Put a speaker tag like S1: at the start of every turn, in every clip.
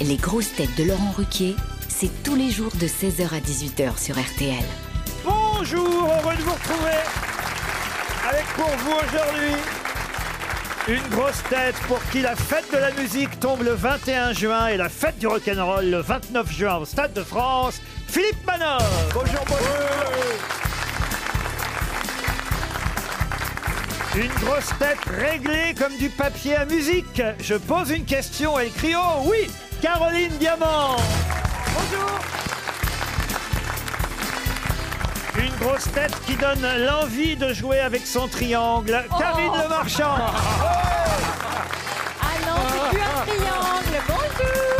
S1: Les grosses têtes de Laurent Ruquier, c'est tous les jours de 16h à 18h sur RTL.
S2: Bonjour, heureux de vous retrouver avec pour vous aujourd'hui une grosse tête pour qui la fête de la musique tombe le 21 juin et la fête du rock'n'roll le 29 juin au Stade de France, Philippe Manor. Bonjour, bonjour. Une grosse tête réglée comme du papier à musique. Je pose une question, elle crie Oh oui Caroline Diamant Bonjour Une grosse tête qui donne l'envie de jouer avec son triangle,
S3: Oh.
S2: Karine Le Marchand
S4: Ah non, c'est plus un triangle. Bonjour.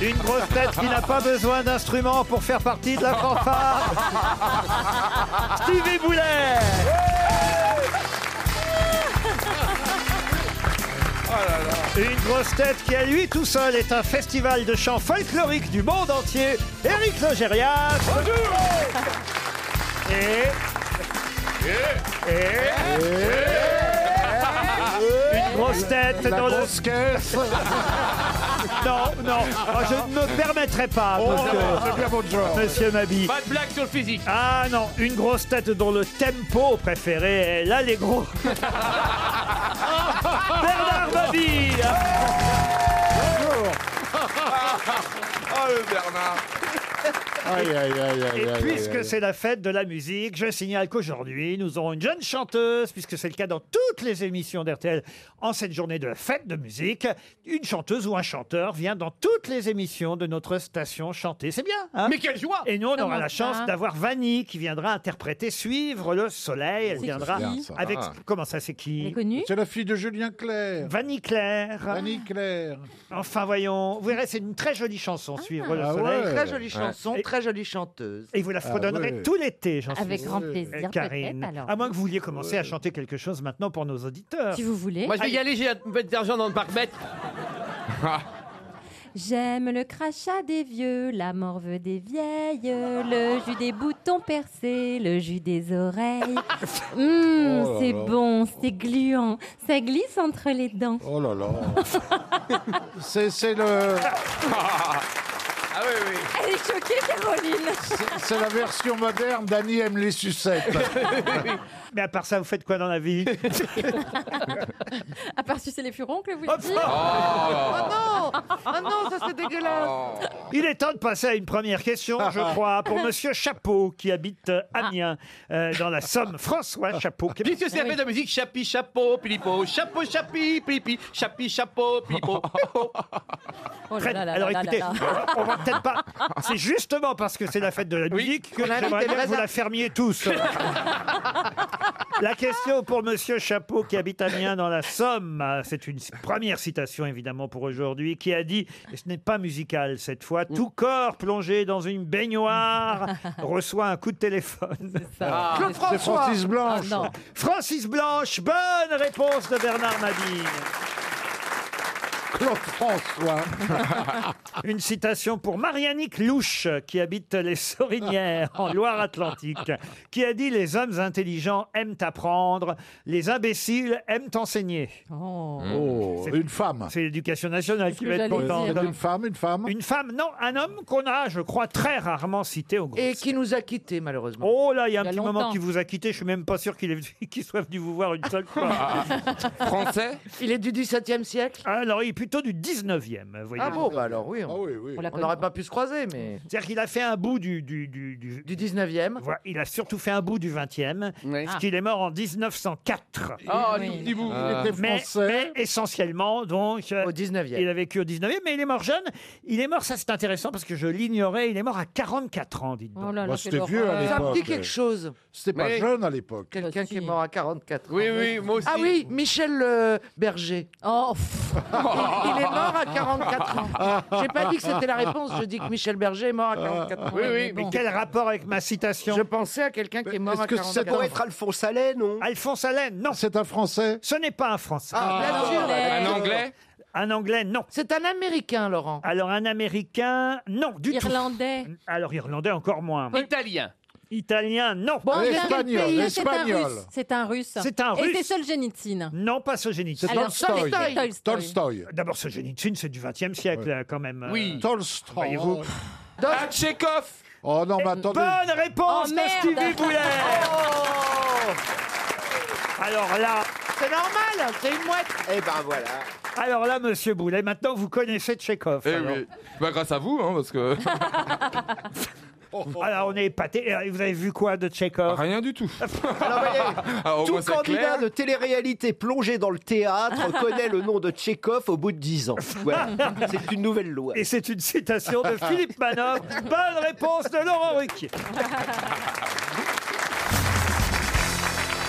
S2: Une grosse tête qui n'a pas besoin d'instruments pour faire partie de la fanfare, Stevie Boulet Une grosse tête qui, à lui tout seul, est un festival de chants folkloriques du monde entier, Eric Logérias. Et... Une grosse tête
S5: La
S2: dans
S5: grosse
S2: le... Non, non, moi, je ne me permettrai pas, monsieur,
S5: Oh, c'est bien votre genre.
S2: monsieur Mabi.
S6: Pas de blague sur le physique.
S2: Ah non, une grosse tête dont le tempo préféré est là les gros. Bernard Mabille
S7: Oh le Bernard
S5: Aïe, aïe, aïe, aïe,
S2: Et
S5: aïe, aïe,
S2: puisque
S5: aïe.
S2: c'est la fête de la musique, je signale qu'aujourd'hui, nous aurons une jeune chanteuse, puisque c'est le cas dans toutes les émissions d'RTL en cette journée de la fête de musique. Une chanteuse ou un chanteur vient dans toutes les émissions de notre station chanter. C'est bien, hein
S6: Mais quelle joie
S2: Et nous, on aura la
S4: ça
S2: chance d'avoir Vanny qui viendra interpréter Suivre le soleil. Elle
S4: C'est
S2: viendra
S4: qui
S5: bien, ça.
S2: avec.
S7: Ah.
S2: Comment ça, c'est qui
S4: connu
S5: C'est la fille de Julien Clerc.
S2: Vanny Claire.
S5: Annie Claire.
S2: Enfin, voyons. Vous verrez, c'est une très jolie chanson, Suivre le
S5: Ah
S2: soleil.
S5: ouais.
S8: Très jolie chanson,
S2: Et-
S8: très jolie chanteuse.
S2: Et vous la fredonnerez
S5: Ah ouais.
S2: tout l'été, j'en suis
S4: Avec grand
S5: Euh,
S2: Euh,
S4: plaisir,
S2: Karine.
S4: peut-être alors.
S2: À moins que vous vouliez commencer à chanter quelque chose maintenant pour nos auditeurs.
S4: Si vous voulez.
S6: Moi je vais y aller, j'ai un peu d'argent dans le parc bête.
S4: J'aime le crachat des vieux, la morve des vieilles, le jus des boutons percés, le jus des oreilles. Mmh,
S5: Oh là
S4: c'est
S5: là.
S4: bon, c'est gluant, ça glisse entre les dents.
S5: Oh là là. c'est c'est le
S7: Ah oui, oui.
S4: Elle est choquée, Caroline.
S5: c'est- c'est la version moderne d'Annie aime les sucettes.
S2: Mais à part ça, vous faites quoi dans la vie
S4: À part sucer les furoncles, vous le dites
S8: Oh non Ah non, ça c'est dégueulasse
S2: Il est temps de passer à une première question, je crois, pour Monsieur Chapeau, qui habite euh, Amiens, euh, dans la Somme. François Chapeau. qui-
S6: Qu'est-ce que c'est fait de la musique Chapi, chapeau, pilipo, chapeau, chapi, pilipi, chapi, chapeau, pilipo.
S4: Oh
S2: Très-
S4: là là là
S2: Alors
S4: là là
S2: écoutez,
S4: là.
S2: on va peut-être pas. C'est justement parce que c'est la fête de la musique que
S8: Qu'on invite
S2: j'aimerais
S8: des
S2: bien que
S8: vrais
S2: vous la fermiez tous. la question pour Monsieur Chapeau qui habite Amiens dans la Somme. euh, C'est une première citation évidemment pour aujourd'hui qui a dit et ce n'est pas musical cette fois.
S4: Mm.
S2: Tout corps plongé dans une baignoire reçoit un coup de téléphone.
S4: Ça.
S8: Claude
S5: C'est
S8: François
S5: Francis
S4: Ah,
S5: Blanche.
S4: non.
S2: Francis Blanche, bonne réponse de Bernard Mabille.
S5: Claude François.
S2: Une citation pour Marianique Louche, qui habite les Sorinières, en Loire-Atlantique, qui a dit Les hommes intelligents aiment apprendre, les imbéciles aiment enseigner.
S4: Oh.
S5: Oh,
S2: C'est-
S5: une femme.
S2: C'est l'éducation nationale
S4: C'est
S2: qui
S4: ce
S2: va
S4: que
S2: être
S4: j'allais
S2: contente.
S4: dire.
S5: Une femme, une femme.
S2: Une femme, non, un homme qu'on a, je crois, très rarement cité au groupe.
S8: Et qui nous a quittés malheureusement.
S2: Oh là, il y a un
S4: Il y a
S2: petit moment
S4: longtemps.
S2: qui vous a quitté, je suis même pas sûr qu'il est venu- qu'il soit venu vous voir une seule fois.
S7: Français
S8: Il est du 17 e siècle
S2: Ah, Alors, il est plus- plutôt du 19e. Voyez
S8: Ah bon, bah alors oui, on
S5: oui.
S8: on n'aurait pas pu se croiser, mais...
S2: Mm. C'est-à-dire qu'il a fait un bout du... Du, du,
S8: 19e
S2: Il a surtout fait un bout du 20e, parce qu'il est mort en 1904.
S7: Ah, dis- dis-vous. Ah. Il était
S2: Mais,
S7: français.
S2: mais essentiellement, donc... Au
S8: 19e.
S2: Il a vécu au 19e, mais il est mort jeune. Il est mort, ça c'est intéressant, parce que je l'ignorais, il est mort à 44 ans, dites donc.
S8: Oh là là, Bah, c'était quelle vieux à horreur. l'époque. Ça me dit quelque chose.
S5: C'était pas
S8: Mais-
S5: jeune à l'époque.
S2: Bah,
S8: Quelqu'un qui est mort à 44 ans.
S5: Oui, oui, moi
S8: Ah
S5: aussi.
S8: oui, Michel euh, Berger. Oh, pff. il, il est mort à 44 ans. J'ai pas dit que c'était la réponse, je dis que Michel Berger est mort à 44 ans.
S2: Ah. mais, quel rapport avec ma citation
S8: Je pensais à quelqu'un qui est mort à 44 ans.
S2: Alphonse Allen, non Alphonse Allen, non. C'est un Français Ce n'est pas un Français.
S8: Ah, bien sûr. Un Anglais
S2: Un Anglais, non.
S8: C'est un Américain, Laurent.
S2: Alors, un Américain, non, du tout. Irlandais Alors, Irlandais, encore moins.
S6: Italien.
S2: Italien, non.
S6: Bon,
S4: Quel pays C'est un russe. C'est un russe.
S2: C'est un
S4: Et
S2: russe.
S4: c'est Solzhenitsyn.
S2: Non, pas Solzhenitsyn.
S4: C'est Alors, Tolstoï. Tolstoï. Tolstoï. Tolstoï.
S2: D'abord, Solzhenitsyn, c'est du XXe siècle, euh, quand même.
S7: Oui.
S2: Tolstoy. Voyez-vous.
S7: Tchékov
S5: Oh non, mais
S2: Bonne
S5: attendez.
S2: réponse
S7: Oh,
S2: de
S7: merde.
S2: Stevie Boulet
S8: Oh.
S2: Alors là...
S8: C'est normal, c'est une mouette
S9: Eh ben voilà
S2: Alors là, monsieur Boulet, maintenant vous connaissez Tchekhov.
S9: Eh
S2: alors.
S9: oui. Bah, grâce à vous, hein, parce que.
S2: Alors on est épaté. Vous avez vu quoi de Tchekhov
S9: Rien du tout.
S10: Alors,
S2: ben-
S10: voyez,
S9: Ah, au
S10: tout
S9: moins, c'est
S10: candidat
S9: clair.
S10: de télé-réalité plongé dans le théâtre connaît le nom de Tchekhov au bout de 10 ans. Voilà. C'est une nouvelle loi.
S2: Et c'est une citation de Philippe Manoff. Bonne réponse de Laurent Ruquier.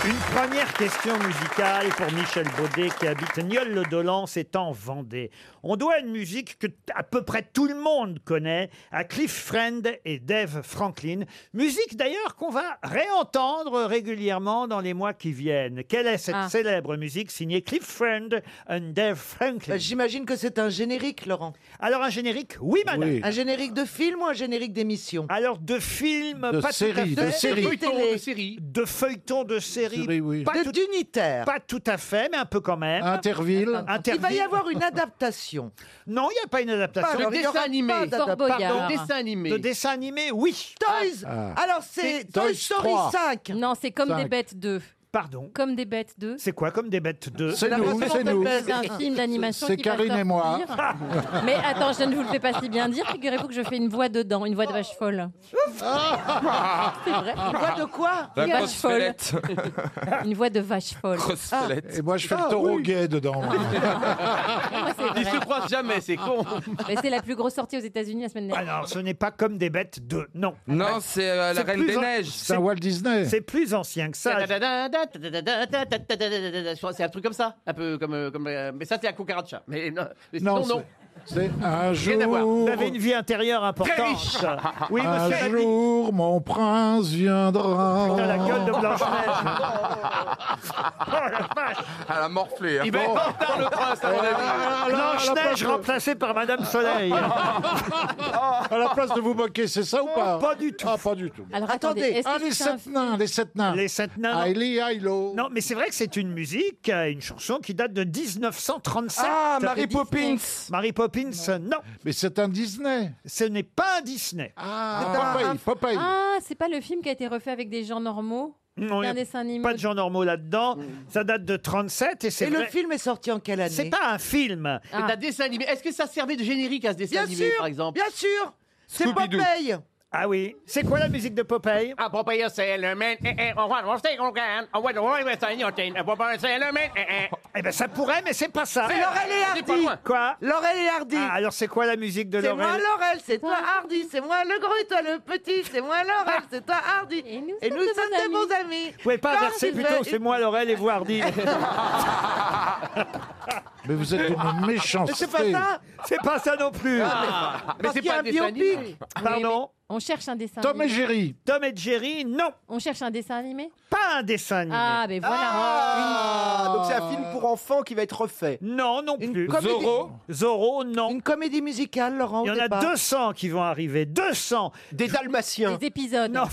S2: Une première question musicale pour Michel Baudet qui habite Nieul-le-Dolan, c'est en Vendée. On doit une musique que t- à peu près tout le monde connaît à Cliff Friend et Dave Franklin. Musique d'ailleurs qu'on va réentendre régulièrement dans les mois qui viennent. Quelle est cette
S8: Ah.
S2: célèbre musique signée Cliff Friend and Dave Franklin
S8: Bah, J'imagine que c'est un générique, Laurent.
S2: Alors un générique, oui madame.
S8: Un générique de film ou un générique d'émission
S2: Alors de film,
S8: De
S2: pas
S8: série,
S2: tout à fait.
S8: de série. De feuilleton, de
S2: série. De feuilleton, de série.
S8: Série, oui.
S2: Pas
S8: De-
S2: tout- Pas tout à fait, mais un peu quand même. Interville.
S8: Il va y avoir une adaptation.
S2: Non, il n'y a pas une adaptation.
S8: Pas de dessin animé. Fort Boyard.
S2: Pardon.
S8: De dessin animé.
S2: De dessin animé, oui.
S8: Toys. Alors, c'est Toys Toy Story 3. 5.
S4: Non, c'est comme des
S2: Cinq.
S4: bêtes 2.
S2: Pardon.
S4: Comme des bêtes 2.
S2: C'est quoi comme des bêtes de
S4: C'est La nous, façon c'est dont nous. on fait un film d'animation qui va sortir. Mais attends, je ne vous le fais pas si bien dire. Figurez-vous que je fais une voix dedans, une voix de vache folle. C'est vrai.
S8: Une voix de quoi
S4: Une vache
S9: grosse
S4: folle.
S9: fellette.
S4: Une voix de vache folle. Ah.
S9: Grosse fellette.
S5: Ah, Et moi, je fais le taureau gay dedans.
S6: Ils se croisent jamais, c'est con.
S4: Mais c'est la plus grosse sortie aux États-Unis la semaine dernière.
S2: Alors, ce n'est pas comme des bêtes de. Non.
S9: Non, c'est euh, la
S2: C'est
S9: Reine
S2: plus
S9: des
S2: an-
S9: Neiges.
S2: C'est Walt Disney. C'est plus ancien que ça.
S6: C'est un truc comme ça, un peu comme. euh, comme, euh, mais ça, c'est la cucaracha. Mais non, mais sinon, non.
S5: C'est un
S6: Rien à voir.
S5: jour.
S6: Vous avez une
S2: vie intérieure importante.
S6: Très riche.
S2: Oui,
S5: un
S2: monsieur.
S5: jour, mon prince viendra.
S2: Putain, la gueule de
S5: Blanche-Neige.
S9: Elle a morflé. hein.
S5: Il va être en retard, le
S2: prince,
S5: à mon avis.
S2: Blanche-Neige remplacée par Madame Soleil.
S5: à la place de vous moquer, c'est ça ou pas
S2: Pas du tout.
S5: Ah, pas du tout.
S4: Alors, attendez,
S5: attendez,
S4: est-ce que
S5: ah, les
S4: c'est un
S5: sept nains, les sept nains.
S2: Les sept nains. non.
S5: Hailey, Hailo.
S2: Non, mais c'est vrai que c'est une musique, euh, une chanson qui date de 1937.
S9: Ah, Mary Poppins.
S2: Mary Poppins, non.
S5: Mais c'est un Disney.
S2: Ce n'est pas un Disney.
S5: Ah, Popeye, Popeye.
S4: Ah, c'est pas le film qui a été refait avec des gens normaux
S2: Non,
S4: C'est
S2: y a
S4: un dessin animé. Mm.
S2: Pas de gens normaux là-dedans. Ça date de 37 et c'est
S8: Et le film est sorti en quelle année
S2: C'est pas un
S4: Ah.
S2: film.
S6: C'est un dessin animé. Est-ce que ça servait de générique à ce dessin
S8: Bien
S6: animé,
S8: sûr,
S6: par exemple
S8: bien sûr. C'est
S6: Scooby-Doo.
S8: Popeye.
S2: Ah oui. C'est quoi la musique de Popeye
S6: Ah, Popeye, c'est le man. Eh, eh, on va on va on gagne. On va on va on va Popeye, c'est le man. Eh, eh.
S2: Eh ben ça pourrait, mais c'est pas ça.
S8: C'est Laurel et
S6: C'est pas
S8: Hardy.
S6: loin.
S2: Quoi
S8: Laurel et Hardy.
S2: Ah, alors c'est quoi la musique de
S8: C'est moi
S2: Laurel
S8: Laurel, c'est toi Hardy, c'est moi le gros et toi le petit, c'est moi Laurel, c'est toi Hardy. Et nous, sommes, de bons amis.
S2: Vous pouvez pas inverser plutôt, c'est moi Laurel et vous Hardy.
S5: Mais vous êtes une méchanceté.
S8: Mais c'est pas ça
S2: C'est pas ça non plus.
S6: Mais c'est pas un biopic.
S2: Pardon
S4: On cherche un dessin
S5: Tom et
S4: animé.
S5: Jerry.
S2: Tom et Jerry, non.
S4: On cherche un dessin animé
S2: Pas un dessin animé.
S4: Ah, ben voilà.
S10: Ah, donc c'est un film pour enfants qui va être refait.
S2: Non, non plus.
S10: comédie- Zorro
S2: Zorro, non.
S8: Une comédie musicale, Laurent.
S2: Il y en a 200 qui vont arriver. 200
S10: Des Dalmatiens.
S4: Des épisodes.
S2: Non,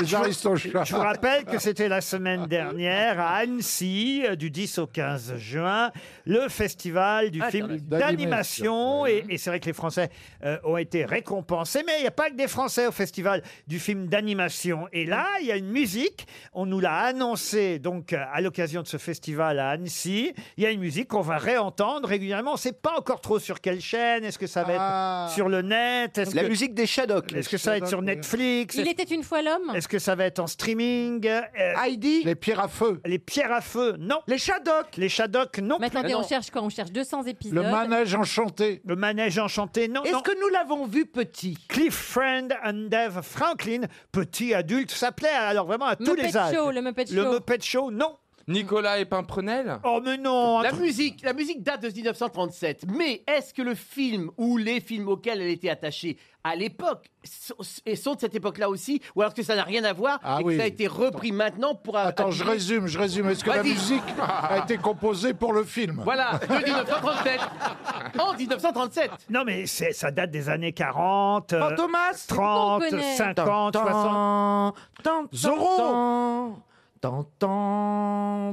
S5: Les Aristochats.
S2: Je vous rappelle que c'était la semaine dernière à Annecy, euh, du 10 au 15 juin, le festival du film
S4: Ah,
S5: D'animation.
S2: d'animation. Et, et c'est vrai que les Français euh, ont été récompensés Français, mais il n'y a pas que des Français au festival du film d'animation. Et là, il y a une musique. On nous l'a annoncé donc euh, à l'occasion de ce festival à Annecy. Il y a une musique qu'on va réentendre régulièrement. On ne sait pas encore trop sur quelle chaîne. Est-ce que ça va être sur le net Est-ce
S10: La
S2: que-
S10: musique des Shadocks.
S2: Est-ce que ça va être sur Netflix
S4: Il était une fois l'homme.
S2: est-ce que ça va être en streaming Heidi Les pierres à feu. Les pierres à feu, non. Les Shadocks. Les Shadocks, non.
S4: Mais attendez,
S2: plus.
S4: on cherche quoi On cherche 200 épisodes.
S2: enchanté. Le manège enchanté, non.
S4: Est-ce
S2: que nous l'avons vu petit Cliff Friend and Dave Franklin, petit adulte, ça plaît alors vraiment à tous
S4: Muppet
S2: les âges.
S4: Show, le Muppet
S2: Le
S4: Show.
S2: Muppet Show, non.
S9: Nicolas et Pimprenel
S2: Oh mais non
S11: La musique, la musique date de 1937, mais est-ce que le film ou les films auxquels elle était attachée à l'époque so- et sont de cette époque-là aussi, ou alors que ça n'a rien à voir
S2: Ah
S11: et
S5: oui.
S11: que ça a été repris maintenant pour... Attends,
S5: je résume, je résume. Est-ce que la
S11: Vas-y.
S5: musique a été composée pour le film
S11: Voilà, de 1937. En 1937.
S2: Non mais c'est ça date des années 40. euh,
S8: Fantomas
S2: 30,
S8: qu'on connaît.
S2: 50,
S8: Tan, tan,
S2: 60. Zorro
S8: T'entends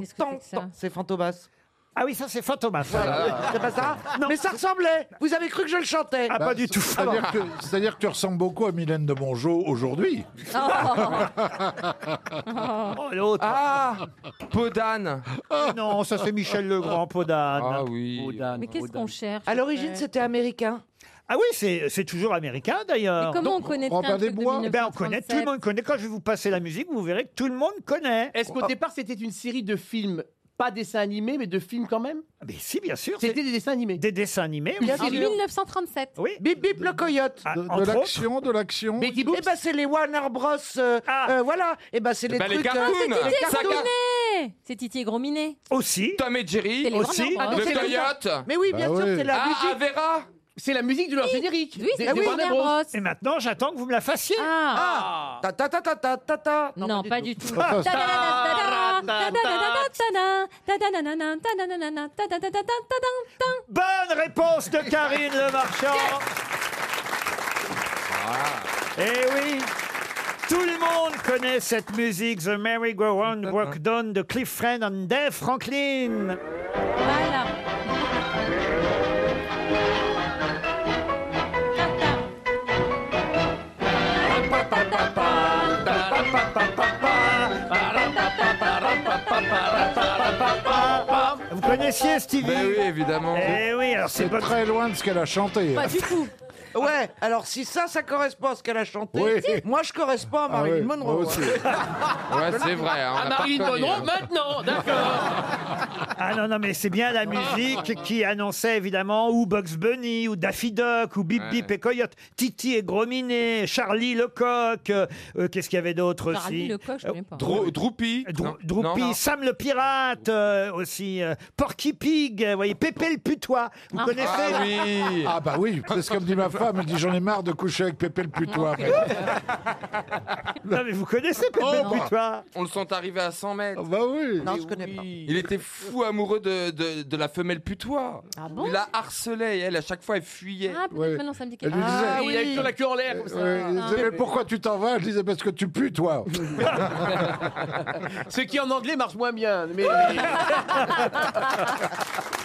S8: C'est Fantomas.
S2: Ah oui, ça c'est Fantomas.
S5: Voilà.
S8: C'est pas ça Mais ça ressemblait. Vous avez cru que je le chantais
S2: Ah,
S5: Bah, C'est-à-dire que, c'est-à-dire que tu ressembles beaucoup à Mylène de Mongeau aujourd'hui.
S2: Oh, l'autre. Ah,
S9: Ah Podane
S2: Non, ça c'est Michel Legrand, Podane.
S9: Ah oui.
S4: Mais qu'est-ce
S5: euh,
S4: qu'on cherche
S8: À l'origine, c'était américain.
S2: Ah oui, c'est c'est toujours américain d'ailleurs.
S4: Mais comment on connaîtrait un Robin des truc de Bois
S2: Eh ben, on connaît, tout le monde connaît. Quand je vais vous passer la musique, vous verrez que tout le monde connaît.
S11: Est-ce qu'au départ, c'était une série de films, pas dessins animés, mais de films quand même
S2: Ah, Mais si, bien sûr.
S11: C'était des dessins animés.
S2: Des dessins animés, Ah,
S11: bien
S4: En
S11: sûr.
S4: 1937.
S2: Oui.
S8: Bip bip le coyote.
S2: De,
S8: entre autres.
S5: de l'action.
S8: Eh ben c'est les Warner Bros. euh,
S2: Ah.
S8: euh, voilà. Eh ben c'est les
S9: ben, les
S8: trucs. euh,
S9: cartoons.
S8: les
S9: C'est Titi et
S8: cartoons. Eh
S9: Grominet.
S4: C'est Titi et Grominet.
S2: Aussi.
S9: Tom et Jerry
S4: C'est les Aussi. Warner Bros.
S9: Le
S4: Ah, donc, c'est
S9: Coyote.
S8: Mais oui, bien Bah sûr, oui. c'est la
S9: Ah,
S8: musique.
S9: Vera
S11: C'est la musique de leur générique.
S4: Oui, c'est les Warner Bros.
S2: Et maintenant, j'attends que vous me la fassiez.
S4: Ah.
S8: Ta ta ta ta ta ta ta.
S4: Non, pas du tout.
S8: Ah, ça-
S4: Tadadadadada, tadadadada, tadadada, tadadadada, tadadadada, tadadadada, tadadadada.
S2: Bonne réponse de Karine Le Marchand. Eh oui. Tout le monde connaît cette musique, The Merry Go Round Walk Down de Cliff Friend and Dave Franklin.
S4: Voilà.
S2: Vous connaissiez Stevie
S9: Mais oui, évidemment.
S2: Eh oui, alors c'est pas
S5: très loin de ce qu'elle a chanté.
S8: tout. Ouais, alors si ça, ça correspond à ce qu'elle a chanté,
S5: Oui. Ah
S8: moi je correspond à
S5: oui,
S8: Marilyn Monroe.
S5: moi aussi.
S9: Ouais, c'est vrai. hein, on
S11: À
S9: l'a pas
S11: Marilyn
S9: reconnu,
S11: Monroe,
S9: hein.
S11: maintenant, d'accord.
S2: Ah non, non, mais c'est bien la musique qui annonçait évidemment ou Bugs Bunny, ou Daffy Duck, ou Bip
S9: Ouais.
S2: Bip et Coyote, Titi et Grominet, Charlie Lecoq, euh, euh, qu'est-ce qu'il y avait d'autre aussi Euh,
S4: Charlie Lecoq, je connais pas.
S9: Drou- Droupy.
S2: Drou-
S9: Non.
S2: Droupy,
S9: Non, non.
S2: Sam le pirate euh, aussi, euh, Porky Pig, euh, vous voyez, Pépé le putois, vous connaissez
S9: Ah oui
S5: Ah bah oui, c'est ce que me dit ma femme. Elle dit j'en ai marre de coucher avec Pépé le putois.
S2: Ah, Non mais vous connaissez Pépé le putois
S9: On le sent arrivé à 100 mètres.
S5: bah oui.
S8: Non, je connais pas.
S9: Il était fou amoureux de, de, de la femelle putois.
S4: Ah bon
S9: il la harcelait et elle, à chaque fois, elle fuyait. Euh,
S4: Ah, peut-être
S5: Ouais.
S4: maintenant ça me dit
S5: Elle
S4: quelque
S5: lui
S4: chose.
S5: disait.
S11: Ah oui, il a eu la queue en l'air comme ça.
S5: Ouais, elle
S2: Ah,
S5: disait, mais pourquoi tu t'en vas Je disais parce que tu pues toi.
S11: Ce qui en anglais marche moins bien. Mais...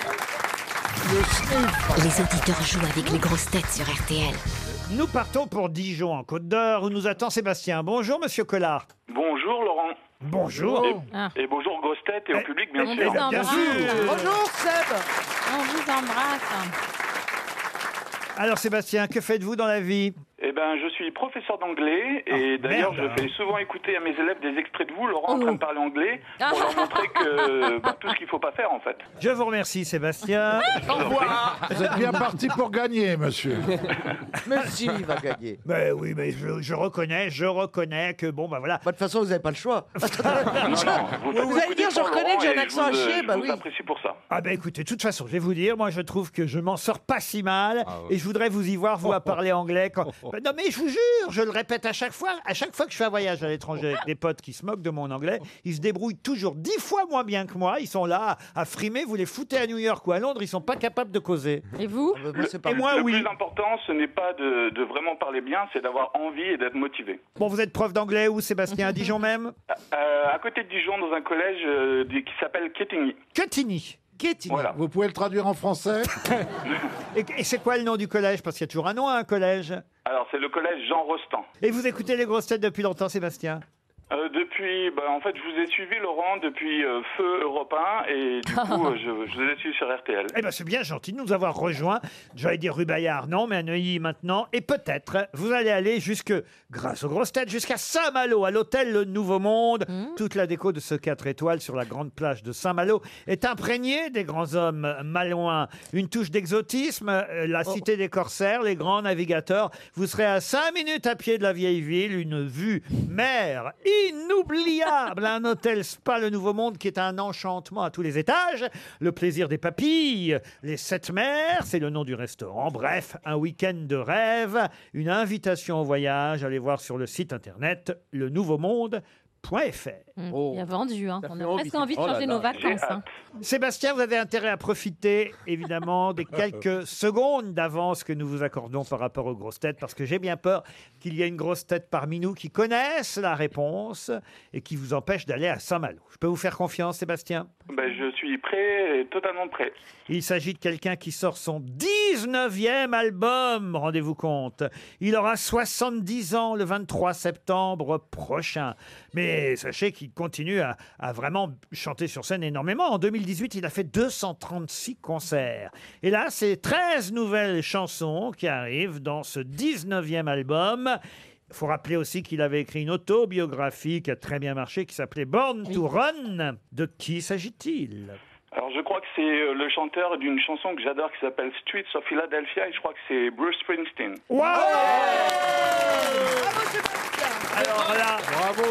S5: Le sniff.
S1: Les auditeurs jouent avec les grosses têtes sur RTL.
S2: Nous partons pour Dijon en Côte d'Or où nous attend Sébastien. Bonjour Monsieur Collard.
S12: Bonjour Laurent.
S2: Bonjour.
S4: Ah.
S12: Et bonjour grosse tête
S2: Eh,
S12: et au public bien
S4: on
S12: sûr.
S4: vous embrasse.
S8: Bonjour Seb.
S4: On vous embrasse.
S2: Alors Sébastien, que faites-vous dans la vie
S12: Eh ben je suis professeur d'anglais et d'ailleurs je
S2: merde.
S12: fais souvent écouter à mes élèves des extraits de vous Laurent en train de parler anglais pour
S4: Ah.
S12: leur montrer que bah, tout ce qu'il faut pas faire en fait.
S2: Je vous remercie Sébastien.
S12: Je vous en prie.
S5: Vous êtes bien parti pour gagner, monsieur.
S8: Mais si, il va gagner.
S2: Ben oui, mais je, je reconnais, je reconnais que bon, ben voilà.
S8: Bah, De toute façon, vous n'avez pas le choix.
S12: Non, non,
S8: Vous allez
S12: écoutez
S8: dire, je
S12: pour
S8: reconnais
S12: Laurent
S8: que j'ai
S12: et
S8: un accent à
S12: je vous, euh,
S8: chier, bah
S12: je vous
S8: oui.
S12: apprécie pour ça.
S2: Ah ben écoutez, de toute façon, je vais vous dire, moi je trouve que je m'en sors pas si mal
S12: Ah
S2: et je voudrais vous y voir, vous, à parler anglais. quand- Ben non mais je vous jure, je le répète à chaque fois, à chaque fois que je fais un voyage à l'étranger avec des potes qui se moquent de mon anglais, ils se débrouillent toujours dix fois moins bien que moi, ils sont là à, à frimer, vous les foutez à New York ou à Londres, ils sont pas capables de causer.
S4: Et vous
S8: Ah, bah, moi, c'est pas
S2: Et moi
S12: le
S2: oui.
S12: plus important, ce n'est pas de, de vraiment parler bien, c'est d'avoir envie et d'être motivé.
S2: Bon, vous êtes prof d'anglais où, Sébastien, à Dijon même
S12: Euh, à côté de Dijon, dans un collège euh, du- qui s'appelle Kettigny.
S2: Quetigny.
S8: Qu'est-il
S12: Voilà.
S5: Vous pouvez le traduire en français
S2: Et, et c'est quoi le nom du collège Parce qu'il y a toujours un nom à un collège.
S12: Alors, c'est le collège Jean Rostand.
S2: Et vous écoutez les grosses têtes depuis longtemps, Sébastien
S12: Euh, depuis, bah, en fait, je vous ai suivi, Laurent, depuis euh, Feu Europe 1, et du coup, euh, je, je vous ai suivi sur RTL.
S2: Eh ben, c'est bien gentil de nous avoir rejoints. J'allais dire Rubaillard, non, mais à Neuilly maintenant. Et peut-être, vous allez aller jusque, grâce aux grosses têtes, jusqu'à Saint-Malo, à l'hôtel Le Nouveau Monde. Toute la déco de ce 4 étoiles sur la grande plage de Saint-Malo est imprégnée des grands hommes malouins. Une touche d'exotisme, euh, la cité des corsaires, les grands navigateurs. Vous serez à 5 minutes à pied de la vieille ville, une vue mer inoubliable, un hôtel spa Le Nouveau Monde qui est un enchantement à tous les étages, le plaisir des papilles, les sept mers, c'est le nom du restaurant. Bref, un week-end de rêve, une invitation au voyage. Allez voir sur le site internet lenouveaumonde.fr.
S4: Mmh. Il y a vendu, hein. On a
S2: envie.
S4: presque envie de
S2: Oh là
S4: changer
S2: là.
S4: nos vacances. hein.
S2: Sébastien, vous avez intérêt à profiter, évidemment, des quelques secondes d'avance que nous vous accordons par rapport aux grosses têtes, parce que j'ai bien peur qu'il y ait une grosse tête parmi nous qui connaisse la réponse et qui vous empêche d'aller à Saint-Malo. Je peux vous faire confiance, Sébastien
S12: Ben, je suis prêt, et totalement prêt.
S2: il s'agit de quelqu'un qui sort son 19e album, rendez-vous compte. Il aura 70 ans le 23 septembre prochain. Mais sachez qu'il continue à, à vraiment chanter sur scène énormément. En 2018, il a fait 236 concerts. Et là, c'est 13 nouvelles chansons qui arrivent dans ce 19e album. Il faut rappeler aussi qu'il avait écrit une autobiographie qui a très bien marché, qui s'appelait Born to Run. De qui s'agit-il
S12: Alors, je crois que c'est euh, le chanteur d'une chanson que j'adore qui s'appelle Streets of Philadelphia, et je crois que c'est Bruce Springsteen.
S2: Wow Alors là, bravo.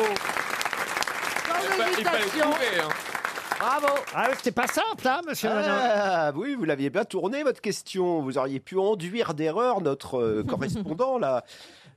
S10: Bravo
S2: Ah ouais, c'était pas simple, hein, monsieur
S10: Ah oui, vous l'aviez bien tourné, votre question. Vous auriez pu enduire d'erreur notre euh, correspondant, là.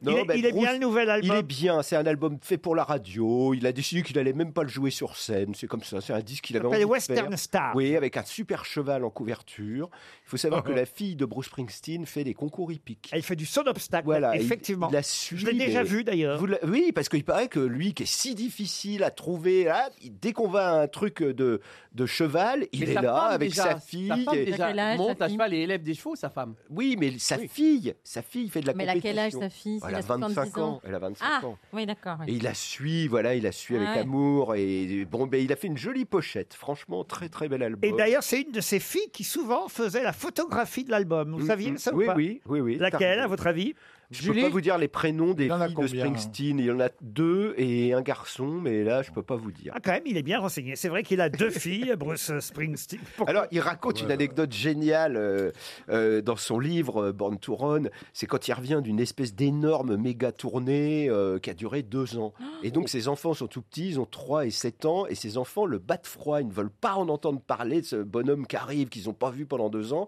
S2: Il est-
S10: ben,
S2: il est bien, le nouvel album
S10: Il est bien, c'est un album fait pour la radio. Il a décidé qu'il allait même pas le jouer sur scène. C'est comme ça, c'est un disque qu'il avait envie
S2: s'appelle
S10: de
S2: Western
S10: faire.
S2: Star. Oh,
S10: Oui, avec un super cheval en couverture. Il faut savoir que la fille de Bruce Springsteen fait des concours hippiques.
S2: Elle fait du saut d'obstacle,
S10: voilà,
S2: effectivement.
S10: Il, il la suit,
S2: Je l'ai déjà
S10: mais-
S2: vu, d'ailleurs.
S10: Vous la- Oui, parce qu'il paraît que lui, qui est si difficile à trouver, là, il- dès qu'on va à un truc de, de cheval, il
S11: Mais
S10: est
S11: sa
S10: là
S11: femme,
S10: avec
S11: déjà,
S10: sa fille.
S11: Sa femme,
S10: et-
S11: déjà, monte à cheval et élève des chevaux, sa femme.
S10: Oui, mais sa fille, sa fille fait de la
S4: Mais elle a
S10: compétition.
S4: quel âge, sa fille
S10: Elle a
S4: S'il a
S10: 25
S4: 70 ans.
S10: ans. Elle a 25
S4: Ah,
S10: ans.
S4: oui, d'accord. oui.
S10: Et il la suit, voilà, il la suit avec
S4: Ah ouais.
S10: amour. Et bon, ben, il a fait une jolie pochette. Franchement, très très bel album.
S2: Et d'ailleurs, c'est une de ses filles qui souvent faisait la photographie de l'album. Vous saviez ça
S10: Mm, oui,
S2: ou pas
S10: oui, oui, oui.
S2: Laquelle, à votre avis
S10: Je
S2: Julie
S10: peux pas vous dire les prénoms des
S2: Il y en a
S10: filles de
S2: combien, hein
S10: Springsteen. Il y en a deux et un garçon, mais là, je peux pas vous dire.
S2: Ah, quand même, il est bien renseigné. C'est vrai qu'il a deux filles, Bruce Springsteen.
S10: Alors, il raconte une anecdote géniale euh, euh, dans son livre euh, Born to Run. C'est quand il revient d'une espèce d'énorme méga tournée euh, qui a duré deux ans. Et donc, ses enfants sont tout petits, ils ont 3 et 7 ans, et ses enfants le battent froid. Ils ne veulent pas en entendre parler de ce bonhomme qui arrive, qu'ils n'ont pas vu pendant deux ans.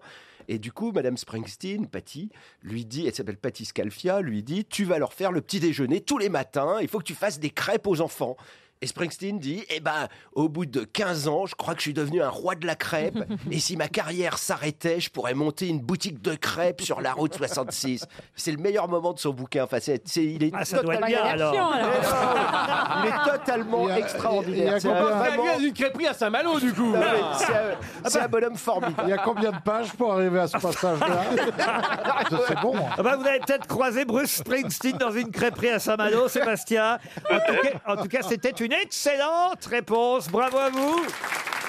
S10: Et du coup, Madame Springsteen, Patty, lui dit, elle s'appelle Patty Scalfia, lui dit Tu vas leur faire le petit déjeuner tous les matins, il faut que tu fasses des crêpes aux enfants. Et Springsteen dit Eh ben, au bout de 15 ans, je crois que je suis devenu un roi de la crêpe. et si ma carrière s'arrêtait, je pourrais monter une boutique de crêpes sur la route 66. C'est le meilleur moment de son bouquin. Enfin, c'est, c'est- il est
S2: Ah, ça doit être
S10: totalement-
S2: bien, alors.
S10: Il est totalement
S11: Il y a- il y
S10: extraordinaire.
S11: a
S10: C'est
S11: combien-
S10: vraiment-
S11: Il y a une crêperie à Saint-Malo, du coup. Ah.
S10: Non, mais Ah, c'est un- c'est un bonhomme formidable.
S5: Il y a combien de pages pour arriver à ce passage-là C'est bon. hein.
S2: Ah bah, vous avez peut-être croisé Bruce Springsteen dans une crêperie à Saint-Malo, Sébastien. En tout cas- En tout cas, c'était une excellente réponse. Bravo à vous.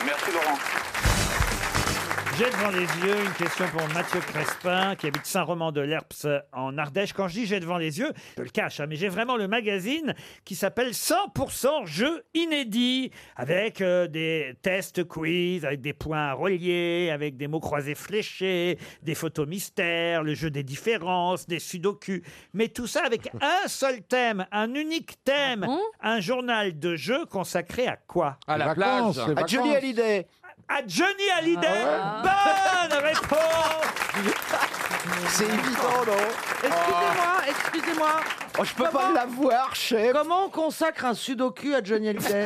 S12: Merci, Laurent.
S2: J'ai devant les yeux une question pour Mathieu Crespin, qui habite Saint-Roman-de-Lerps en Ardèche. Quand je dis j'ai devant les yeux, je le cache, hein, mais j'ai vraiment le magazine qui s'appelle 100% jeux inédits, avec euh, des tests quiz, avec des points à relier, avec des mots croisés fléchés, des photos mystères, le jeu des différences, des sudoku. Mais tout ça avec un seul thème, un unique
S9: Ah
S2: thème, un journal de jeu consacré à quoi
S9: À la Les vacances, plage. les
S10: À Johnny
S9: vacances. Ah.
S10: Hallyday.
S2: À Johnny Hallyday
S8: Ah.
S2: Bonne réponse
S10: C'est évident, non
S8: Excusez-moi, excusez-moi.
S10: je peux pas l'avoir, chef.
S8: Comment on consacre un sudoku à Johnny Hallyday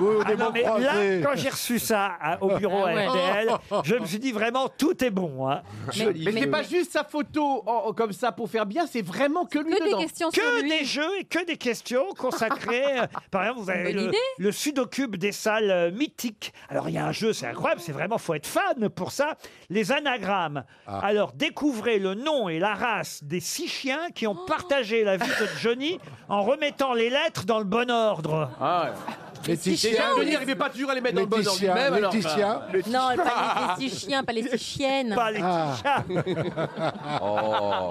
S5: Oui, des
S2: Ah non,
S5: mots
S2: mais
S5: croisés.
S2: là, quand j'ai reçu ça à- au bureau
S11: Ah ouais.
S2: à RTL, je me suis dit vraiment tout est bon. hein.
S11: Mais, mais c'est pas juste sa photo en- en- comme ça pour faire bien, c'est vraiment que lui dedans.
S2: que des jeux et que des questions consacrées. euh, Par exemple, vous avez
S11: Bonne
S2: le,
S11: idée.
S2: le sudocube des salles euh, mythiques. Alors, il y a un jeu, c'est incroyable, c'est vraiment, faut être fan pour ça. Les anagrammes.
S11: Ah.
S2: Alors, découvrez le nom et la race des six chiens qui
S11: Oh.
S2: ont partagé la vie de Johnny en remettant les lettres dans le bon ordre.
S5: Laetitia,
S11: Johnny n'arrivait pas toujours à Ah les mettre dans le bon ordre
S5: Laetitia,
S2: Oh
S11: lui-même. alors,
S5: Laetitia.
S11: enfin,
S4: Non, pas les six chiens, pas les six chiennes.
S2: Pas les
S4: Ah.
S2: petits chats.
S5: Oh.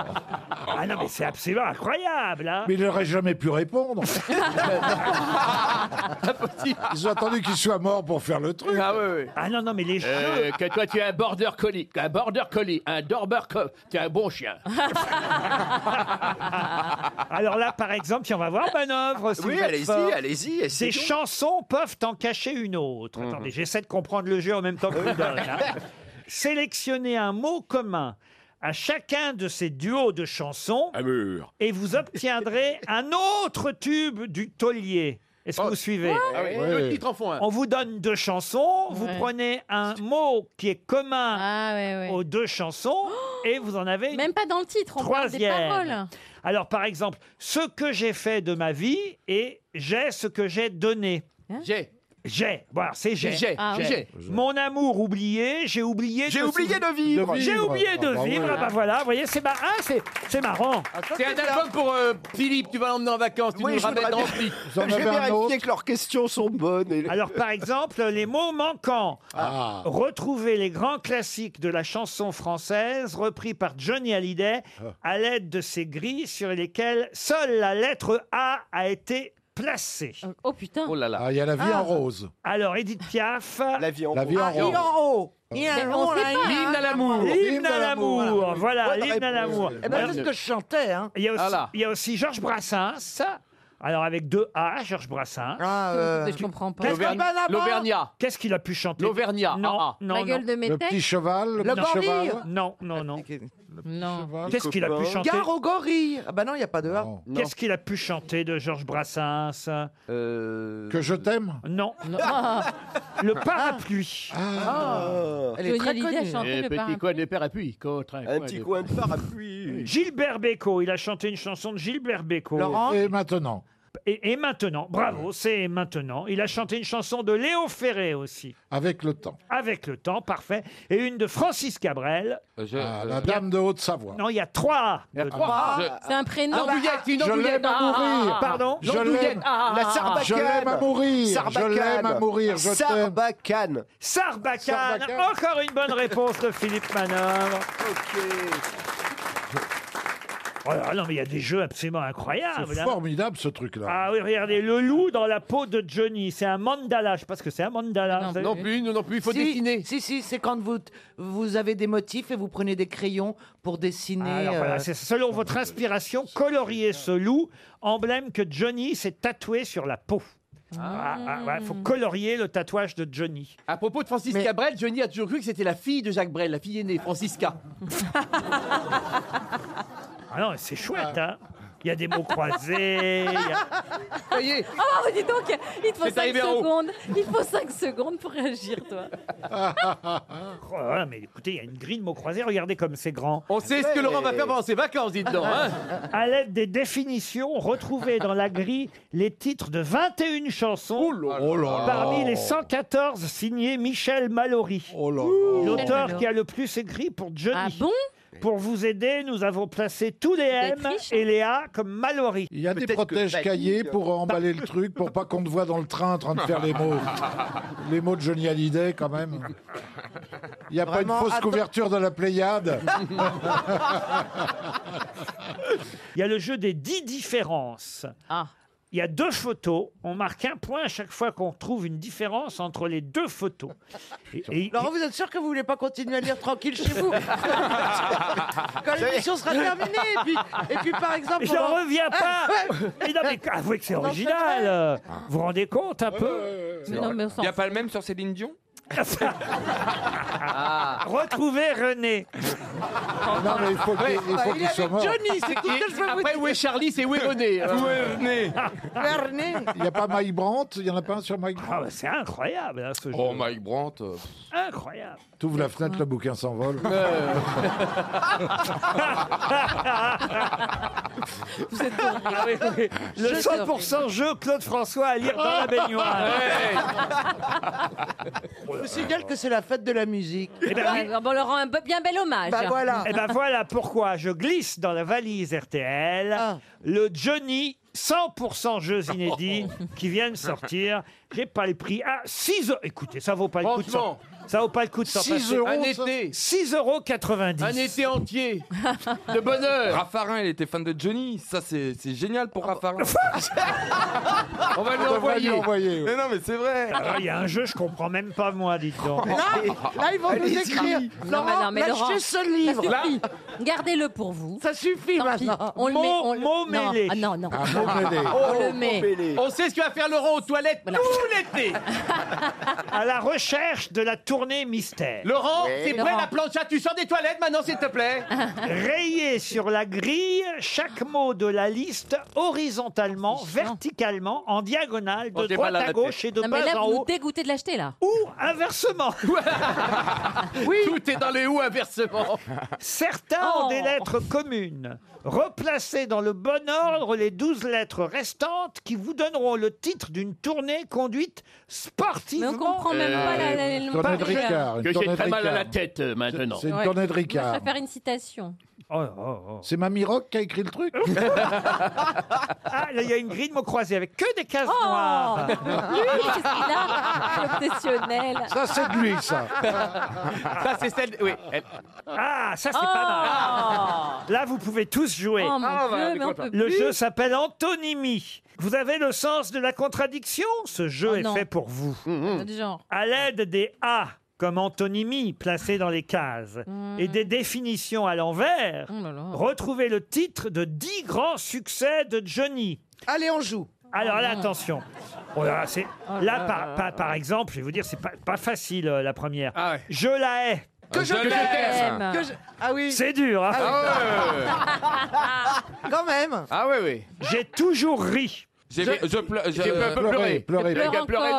S2: Ah non, mais c'est absolument incroyable. hein.
S5: Mais il n'aurait jamais pu répondre. Ils ont attendu qu'il soit mort pour faire le truc.
S11: Ah, ouais, Euh, ouais.
S2: ah non, non, mais les
S11: jeux-
S6: Euh, Que toi, tu es un border collie. Un border collie. Un dorber collie. Tu es un bon chien.
S11: Ah,
S2: Alors là, par exemple, si on va voir
S11: Ah
S2: Manœuvre. si
S10: Oui,
S2: vous êtes
S10: allez-y,
S2: fort.
S10: allez-y,
S2: Ces
S10: essayons.
S2: chansons peuvent en cacher une autre.
S11: Mhm.
S2: Attendez, j'essaie de comprendre le jeu en même temps que vous donne. hein. Sélectionnez un mot commun à chacun de ces duos de chansons et vous obtiendrez un autre tube du taulier. Est-ce que vous suivez
S11: Ah oui, Deux titres en font un.
S2: on vous donne deux chansons, vous
S11: Ouais.
S2: prenez un mot qui est commun aux deux chansons et vous en avez une
S4: Ah Même pas dans le titre, on parle des
S2: troisième.
S4: paroles.
S2: Alors par exemple, ce que j'ai fait de ma vie et j'ai ce que j'ai donné.
S11: J'ai.
S2: J'ai. Bon, alors, c'est j'ai.
S11: J'ai, Hein Ah, j'ai. ouais.
S2: Mon amour oublié, j'ai oublié.
S11: J'ai
S2: de-
S11: oublié de vivre.
S2: J'ai
S11: De vivre.
S2: oublié de
S11: Ah, bah
S2: vivre.
S11: ouais.
S2: Ah, bah voilà, vous voyez, c'est marrant. c'est, c'est marrant.
S11: C'est un album pour euh, Philippe, tu vas l'emmener en vacances, tu
S10: Oui,
S11: nous le
S10: je
S11: ramènes
S10: voudrais bien-
S11: rempli.
S10: Vous en Je vais avez un vérifier autre que
S11: leurs questions sont bonnes.
S2: Alors, par exemple, les mots manquants. Retrouver les grands classiques de la chanson française repris par Johnny Hallyday à l'aide de ces grilles sur lesquelles seule la lettre A a été placée.
S4: Oh putain.
S11: Oh là là.
S5: Ah, il y a la vie
S2: Ah.
S5: en rose.
S2: Alors, Edith Piaf.
S10: La vie en
S5: La vie en
S2: Ah,
S5: rose.
S8: haut. Il y a
S4: Mais
S8: un
S4: on sait
S8: rond, là,
S4: pas,
S8: il y a
S4: hein.
S8: un-
S2: Oh, L'hymne à l'amour, voilà,
S8: Bonne
S2: l'hymne à
S8: réponse.
S2: l'amour.
S8: Eh ben, c'est ce que je chantais. Hein.
S2: Il y, a aussi,
S8: Ah là.
S2: il y a aussi Georges Brassens. Alors avec deux A, Georges Brassens.
S8: Ah, euh, Je comprends pas. Qu'est-ce qu'on parle d'abord L'Auvergnat.
S2: Qu'est-ce qu'il a pu chanter
S11: L'Auvergnat.
S2: Non,
S11: ah, ah.
S2: non,
S8: La gueule
S2: non.
S8: de Métaix. Le petit cheval, le
S2: Non.
S8: petit cheval.
S2: Non, non, non.
S4: Non.
S2: Qu'est-ce qu'il a pu chanter
S8: Gare aux gorilles. Ah bah non, il n'y a pas de A.
S2: Qu'est-ce qu'il a pu chanter de Georges Brassens
S5: Que je t'aime
S2: Non. Le parapluie.
S8: Elle est très connue.
S6: Un Eh, petit coin de parapluie. Contre un, coin de-
S10: de parapluie.
S2: Gilbert Bécaud, il a chanté une chanson de Gilbert Bécaud.
S5: Et maintenant
S2: Et, et maintenant, bravo, c'est maintenant. Il a chanté une chanson de Léo Ferré aussi.
S5: Avec le temps.
S2: Avec le temps, parfait. Et une de Francis Cabrel.
S5: Ah, la dame de Haute-Savoie.
S2: Non, il y a trois. de-
S5: trois.
S2: Ah.
S4: C'est un prénom.
S11: L'andouillette, c'est une
S5: Je
S11: andouillette.
S5: l'aime à mourir.
S2: Pardon Ah,
S5: Je l'aime.
S11: La sarbacane.
S5: Ah. Je l'aime à mourir. Je l'aime à mourir. Je t'aime.
S10: Sarbacane. Bah,
S2: Sarbacane.
S10: Sarbacane.
S2: Encore une bonne réponse de Philippe Manœuvre. Oh là, non, mais il y a des jeux absolument incroyables.
S5: C'est
S2: hein.
S5: formidable ce truc-là.
S2: Ah oui, regardez, le loup dans la peau de Johnny. C'est un mandala. Je sais pas ce que c'est un mandala. vous savez.
S11: Non plus, non, non plus, il faut
S8: si,
S11: dessiner.
S8: Si, si, c'est quand vous, vous avez des motifs et vous prenez des crayons pour dessiner.
S2: Ah, Alors voilà,
S8: euh,
S2: c'est selon votre inspiration, colorier ce loup, emblème que Johnny s'est tatoué sur la peau.
S8: Ah.
S2: Il faut colorier le tatouage de Johnny.
S11: À propos de Francisca Brel, Johnny a toujours cru que c'était la fille de Jacques Brel, la fille aînée, Francisca.
S2: Ah non, c'est chouette, hein Il y a des mots croisés. il y a-
S11: Ça y est,
S4: Oh, dis donc, il te faut
S11: C'est
S4: 5
S11: arrivé en haut.
S4: secondes. Il te faut 5 secondes pour réagir, toi.
S2: Oh là là, mais écoutez, il y a une grille de mots croisés. Regardez comme c'est grand.
S11: on sait ce que Laurent va faire pendant ses vacances, dites donc. hein.
S2: À l'aide des définitions, retrouvez dans la grille les titres de 21 chansons
S5: Oh là là.
S2: parmi les 114 signés Michel Mallory.
S5: Oh là là.
S2: L'auteur qui a le plus écrit pour Johnny. Pour vous aider, nous avons placé tous les M et les A comme Mallory.
S5: Il y a des
S10: Peut-être que
S5: protèges
S10: Bali-
S11: euh,
S5: cahiers pour emballer le truc, pour pas qu'on te voit dans le train en train de faire les mots. Les mots de Johnny Hallyday, quand même. Il n'y a pas
S8: Vraiment,
S5: une fausse
S8: attends-
S5: couverture de la Pléiade.
S2: Il y a le jeu des 10 différences. Il y a deux photos. On marque un point à chaque fois qu'on trouve une différence entre les deux photos. Et- et-
S8: Laurent, vous êtes sûr que vous voulez pas continuer à lire tranquille chez vous Quand l'émission sera terminée, et puis, et puis par exemple...
S2: Mais
S8: on
S2: J'en
S8: va-
S2: reviens pas
S8: Ah, ouais.
S2: Mais non, mais avouez que c'est
S8: On en fait
S2: original Vous vous rendez compte un peu
S4: Mais non, mais on
S9: Il
S4: s'en
S9: n'y a pas le même sur Céline Dion
S4: Ah.
S2: Retrouvez René
S5: Non, mais il faut qu'il
S11: Ouais.
S5: il faut
S11: Ah, il
S5: qu'il
S11: est
S5: soit
S11: avec
S5: mort.
S11: Johnny, c'est tout ce que je veux vous Après, dire. où est Charlie, c'est où est René Où est René
S5: Il n'y a pas Mike Brandt Il n'y en a pas un sur Mike Brandt
S2: Ah, bah, C'est incroyable, hein, ce jeu.
S9: Oh, Mike Brandt. euh, pff.
S2: Incroyable.
S5: T'ouvres la fenêtre, le bouquin s'envole.
S2: Vous êtes ah, oui, oui. Le 100% jeu Claude François à lire dans la baignoire.
S8: Je vous signale que c'est la fête de la musique.
S2: Eh ben oui.
S4: Ouais, On leur rend Ah, un be- bien bel hommage.
S2: Et ben voilà pourquoi je glisse dans la valise RTL le Johnny 100% jeux inédits qui viennent sortir. J'ai pas le prix. Ah, 6 euros. Écoutez, ça vaut pas le coup de
S11: Franchement.
S2: s'en- Ça vaut pas le coup de s'en
S11: 6
S2: passer.
S11: euros, Un ça été.
S2: 6 euros 90.
S11: Un été entier de bonheur.
S9: Raffarin, il était fan de Johnny. Ça, c'est c'est génial pour
S2: Ah,
S9: Raffarin.
S2: bah.
S11: On va lui envoyer.
S9: Mais non, mais c'est vrai.
S2: Alors, Ah, Il y a un jeu, je comprends même pas moi, dites donc. Ah,
S8: Là, ils vont nous
S2: Allez-y.
S8: écrire.
S4: Non, mais
S8: Laurent,
S4: non, mais
S8: lâchez
S4: Laurent,
S8: ce livre.
S4: ça suffit. Gardez-le pour vous.
S8: Ça suffit
S4: Tant pis.
S8: maintenant.
S4: On le met. On le... non.
S8: mêlé. Oh.
S4: Ah, non, non.
S8: Ah, mot mêlé.
S4: On le met.
S11: Oh, On sait ce que va faire Laurent aux toilettes tout l'été.
S2: À la recherche de la tournée mystère.
S11: Laurent, t'es prêt la plancha Tu sors des toilettes maintenant, s'il te plaît
S2: Rayer sur la grille chaque mot de la liste horizontalement, verticalement, en diagonale, de droite à gauche et de
S4: non, mais
S2: bas
S4: là,
S2: en
S4: vous nous
S2: haut.
S4: dégoûtez de l'acheter, là.
S2: Ou inversement.
S11: Oui. Tout est dans les ou inversement.
S2: Certains ont
S4: Oh.
S2: des lettres communes. Replacez dans le bon ordre les 12 lettres restantes qui vous donneront le titre d'une tournée conduite sportivement.
S4: Mais on comprend même pas la- la- la-
S5: Euh, Tournée de Ricard. une
S11: Que
S5: tournée
S11: j'ai
S5: de
S11: très mal à la
S5: Ricard.
S11: tête euh, maintenant.
S5: C'est une tournée de
S4: Moi,
S5: Ricard.
S4: je vais faire une citation.
S2: Oh,
S5: C'est Mamie Rock qui a écrit le truc
S2: Ah, là, il y a une grille de mots croisés avec que des cases
S4: Oh
S2: noires.
S4: Lui, qu'est-ce qu'il a L'obsessionnel.
S5: Ça, c'est de lui, ça.
S11: Ça, c'est celle. Oui.
S2: Ah, ça, c'est
S4: Oh.
S2: pas mal. Là, vous pouvez tous jouer.
S4: Oh, mon Ah, Dieu, bah, mais on peut
S2: le
S4: plus.
S2: jeu s'appelle Antonymie. Vous avez le sens de la contradiction Ce jeu
S4: Oh,
S2: est
S4: non.
S2: fait pour vous.
S8: Mm,
S4: Du genre.
S2: À l'aide des A comme antonymie placées dans les cases
S4: Mm.
S2: et des définitions à l'envers,
S4: Oh
S2: retrouvez le titre de 10 grands succès de Johnny.
S8: Allez, on joue.
S2: Alors là, attention. Oh là, là, c'est-
S8: Oh
S2: là,
S8: là
S2: par,
S8: là
S2: par- par exemple, je vais vous dire, c'est pas, pas facile euh, la première. Je la hais.
S8: Ah Que je, t'aime. Que je- Ah oui.
S2: C'est dur. hein.
S8: Quand même.
S11: Ah oui, oui.
S2: J'ai toujours ri.
S9: J'ai- Je, pleure.
S5: J'ai pleuré, pleuré.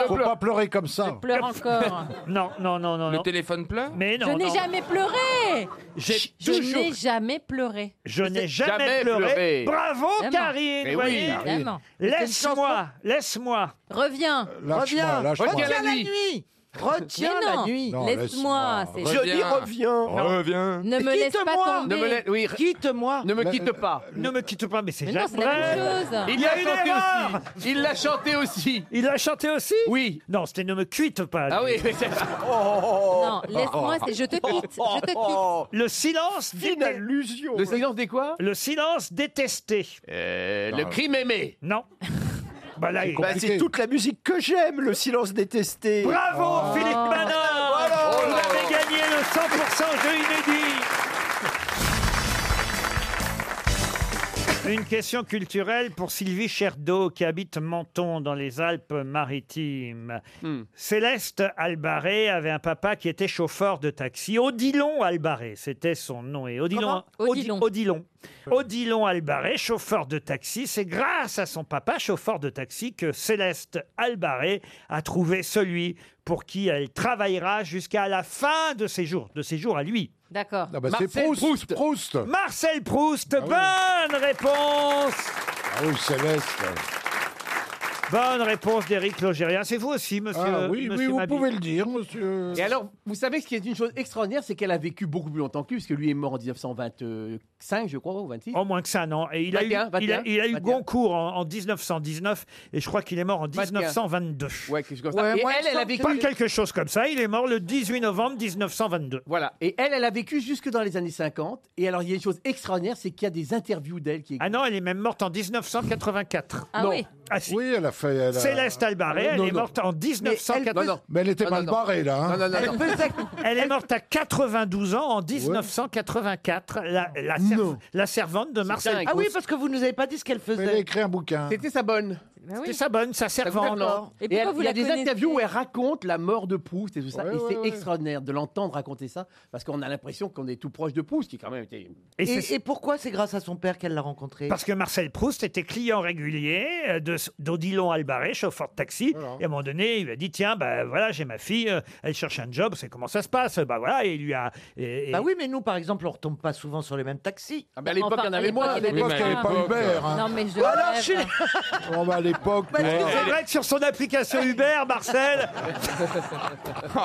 S5: Faut pas pleurer comme ça.
S4: Pleure encore.
S2: Non, non, non, non.
S9: Le
S2: non.
S9: téléphone pleure
S2: Mais non.
S4: je n'ai
S2: non.
S4: jamais pleuré.
S2: J'ai
S4: Je
S2: toujours-
S4: n'ai jamais pleuré.
S2: Je n'ai jamais,
S11: jamais
S2: pleuré.
S11: pleuré.
S2: Bravo,
S4: Évidemment.
S2: Karine.
S11: Eh oui,
S2: voyez.
S11: Karine.
S4: Évidemment.
S2: Laisse-moi, laisse-moi.
S4: Reviens.
S8: Reviens.
S5: Euh, lâche-moi.
S8: Retiens la,
S5: Reviens
S8: nuit. Retiens
S4: Mais non.
S8: la nuit.
S5: Non,
S4: Laisse-moi. c'est-
S11: Je dis reviens.
S9: Reviens.
S4: Ne me laisse pas
S8: Quitte-moi.
S4: tomber.
S11: Ne me, la- oui,
S8: Quitte-moi.
S11: ne me quitte
S5: euh,
S11: pas.
S2: Ne me quitte pas, mais c'est
S4: Mais non,
S2: Jacques
S4: c'est la même
S2: Brel.
S4: chose.
S11: Il
S2: Il y a
S11: l'a
S2: une
S11: chanté
S2: erreur.
S11: aussi. Il l'a chanté aussi.
S2: Il l'a chanté aussi
S11: Oui.
S2: Non, c'était Ne me quitte pas.
S11: Ah
S2: lui.
S11: oui. c'est-
S2: Oh,
S4: Non, laisse-moi. c'est Je te quitte. Je te quitte.
S2: Le silence,
S10: Fine
S2: déte-
S10: allusion.
S11: Le silence des quoi
S2: le silence détesté.
S11: Euh, Le crime aimé.
S2: Non. Bah là, il-
S10: Bah, c'est toute la musique que j'aime, le silence détesté.
S2: Bravo oh. Philippe
S8: Oh.
S2: Manin Vous avez gagné le 100% jeu inédit Une question culturelle pour Sylvie Cherdeau qui habite Menton dans les Alpes-Maritimes. Céleste Albaré avait un papa qui était chauffeur de taxi. Odilon Albaré, c'était son nom. Et Odilon,
S4: Comment
S2: Odi-
S4: Odilon.
S2: Odilon. Odilon Albaré, chauffeur de taxi. C'est grâce à son papa, chauffeur de taxi, que Céleste Albaré a trouvé celui pour qui elle travaillera jusqu'à la fin de ses jours, de ses jours à lui.
S4: D'accord.
S5: Ah bah, c'est
S11: Marcel
S5: Proust. Proust.
S2: Marcel Proust, bonne réponse
S5: Ah oui, Céleste.
S2: Bonne réponse d'Éric Logérien. C'est vous aussi, monsieur.
S5: Ah oui, oui,
S2: monsieur
S5: vous
S2: Mabille.
S5: pouvez le dire, monsieur.
S11: Et alors, vous savez ce qui est une chose extraordinaire, c'est qu'elle a vécu beaucoup plus longtemps que lui, parce que lui est mort en 1925, je crois, ou 26.
S2: En moins que ça, non. Et il, a eu,
S11: 21,
S2: il a- il a eu
S11: 21.
S2: Goncourt en, en 1919 et je crois qu'il est mort en
S11: 21.
S2: 1922.
S11: Ouais, quelque chose comme ça.
S8: Ouais,
S11: Et
S8: moi,
S11: elle,
S8: il
S11: elle a
S8: semble
S11: vécu.
S2: Pas quelque chose comme ça. Il est mort le 18 novembre 1922.
S11: Voilà. Et elle, elle a vécu jusque dans les années 50. Et alors, il y a une chose extraordinaire, c'est qu'il y a des interviews d'elle qui.
S2: Ah non, elle est même morte en 1984.
S4: Ah
S11: Non.
S4: oui.
S2: Ah si.
S5: Oui, elle a fait. elle a-
S2: Céleste Albaré,
S5: Non,
S2: elle
S5: non,
S2: est
S5: non.
S2: morte en 1984.
S11: Non, non.
S5: Mais elle était
S11: Non,
S5: mal
S11: non, non.
S5: barrée, là. hein.
S11: Non, non, non, non.
S2: Elle est morte à 92 ans en 1984, la, la, serv- la servante de Marcel
S11: dingue.
S8: Ah oui,
S2: Proust.
S8: parce que vous nous avez pas dit ce qu'elle
S5: Elle a
S8: faisait. Bah
S5: écrit un bouquin.
S11: C'était sa bonne.
S2: C'était sa bonne, sa servante.
S11: Et, elle- il y a des interviews où elle raconte la mort de Proust et tout ça.
S2: Ouais,
S11: et
S2: ouais,
S11: c'est
S2: ouais.
S11: extraordinaire de l'entendre raconter ça parce qu'on a l'impression qu'on est tout proche de Proust, qui quand même était.
S8: Et, et pourquoi c'est grâce à son père qu'elle l'a rencontré
S2: Parce que Marcel Proust était client régulier euh, de- d'Odilon Albaré, chauffeur de taxi. Et à un moment donné, il lui a dit Tiens, bah, voilà, j'ai ma fille, euh, elle cherche un job, c'est comment ça se passe Bah voilà, et il lui a. et- et-
S13: Bah oui, mais nous, par exemple, on retombe pas souvent sur les mêmes taxis.
S2: Ah, mais à l'époque, Enfin, il y en à avait l'époque, moins. il y en
S13: À l'époque,
S2: avait
S13: il n'y avait
S2: moins.
S13: pas Uber. hein.
S2: Non, mais je rêve.
S5: Bon, bah, à l'époque.
S2: Parce que
S5: ouais.
S2: c'est vrai que sur son application Uber, Marcel.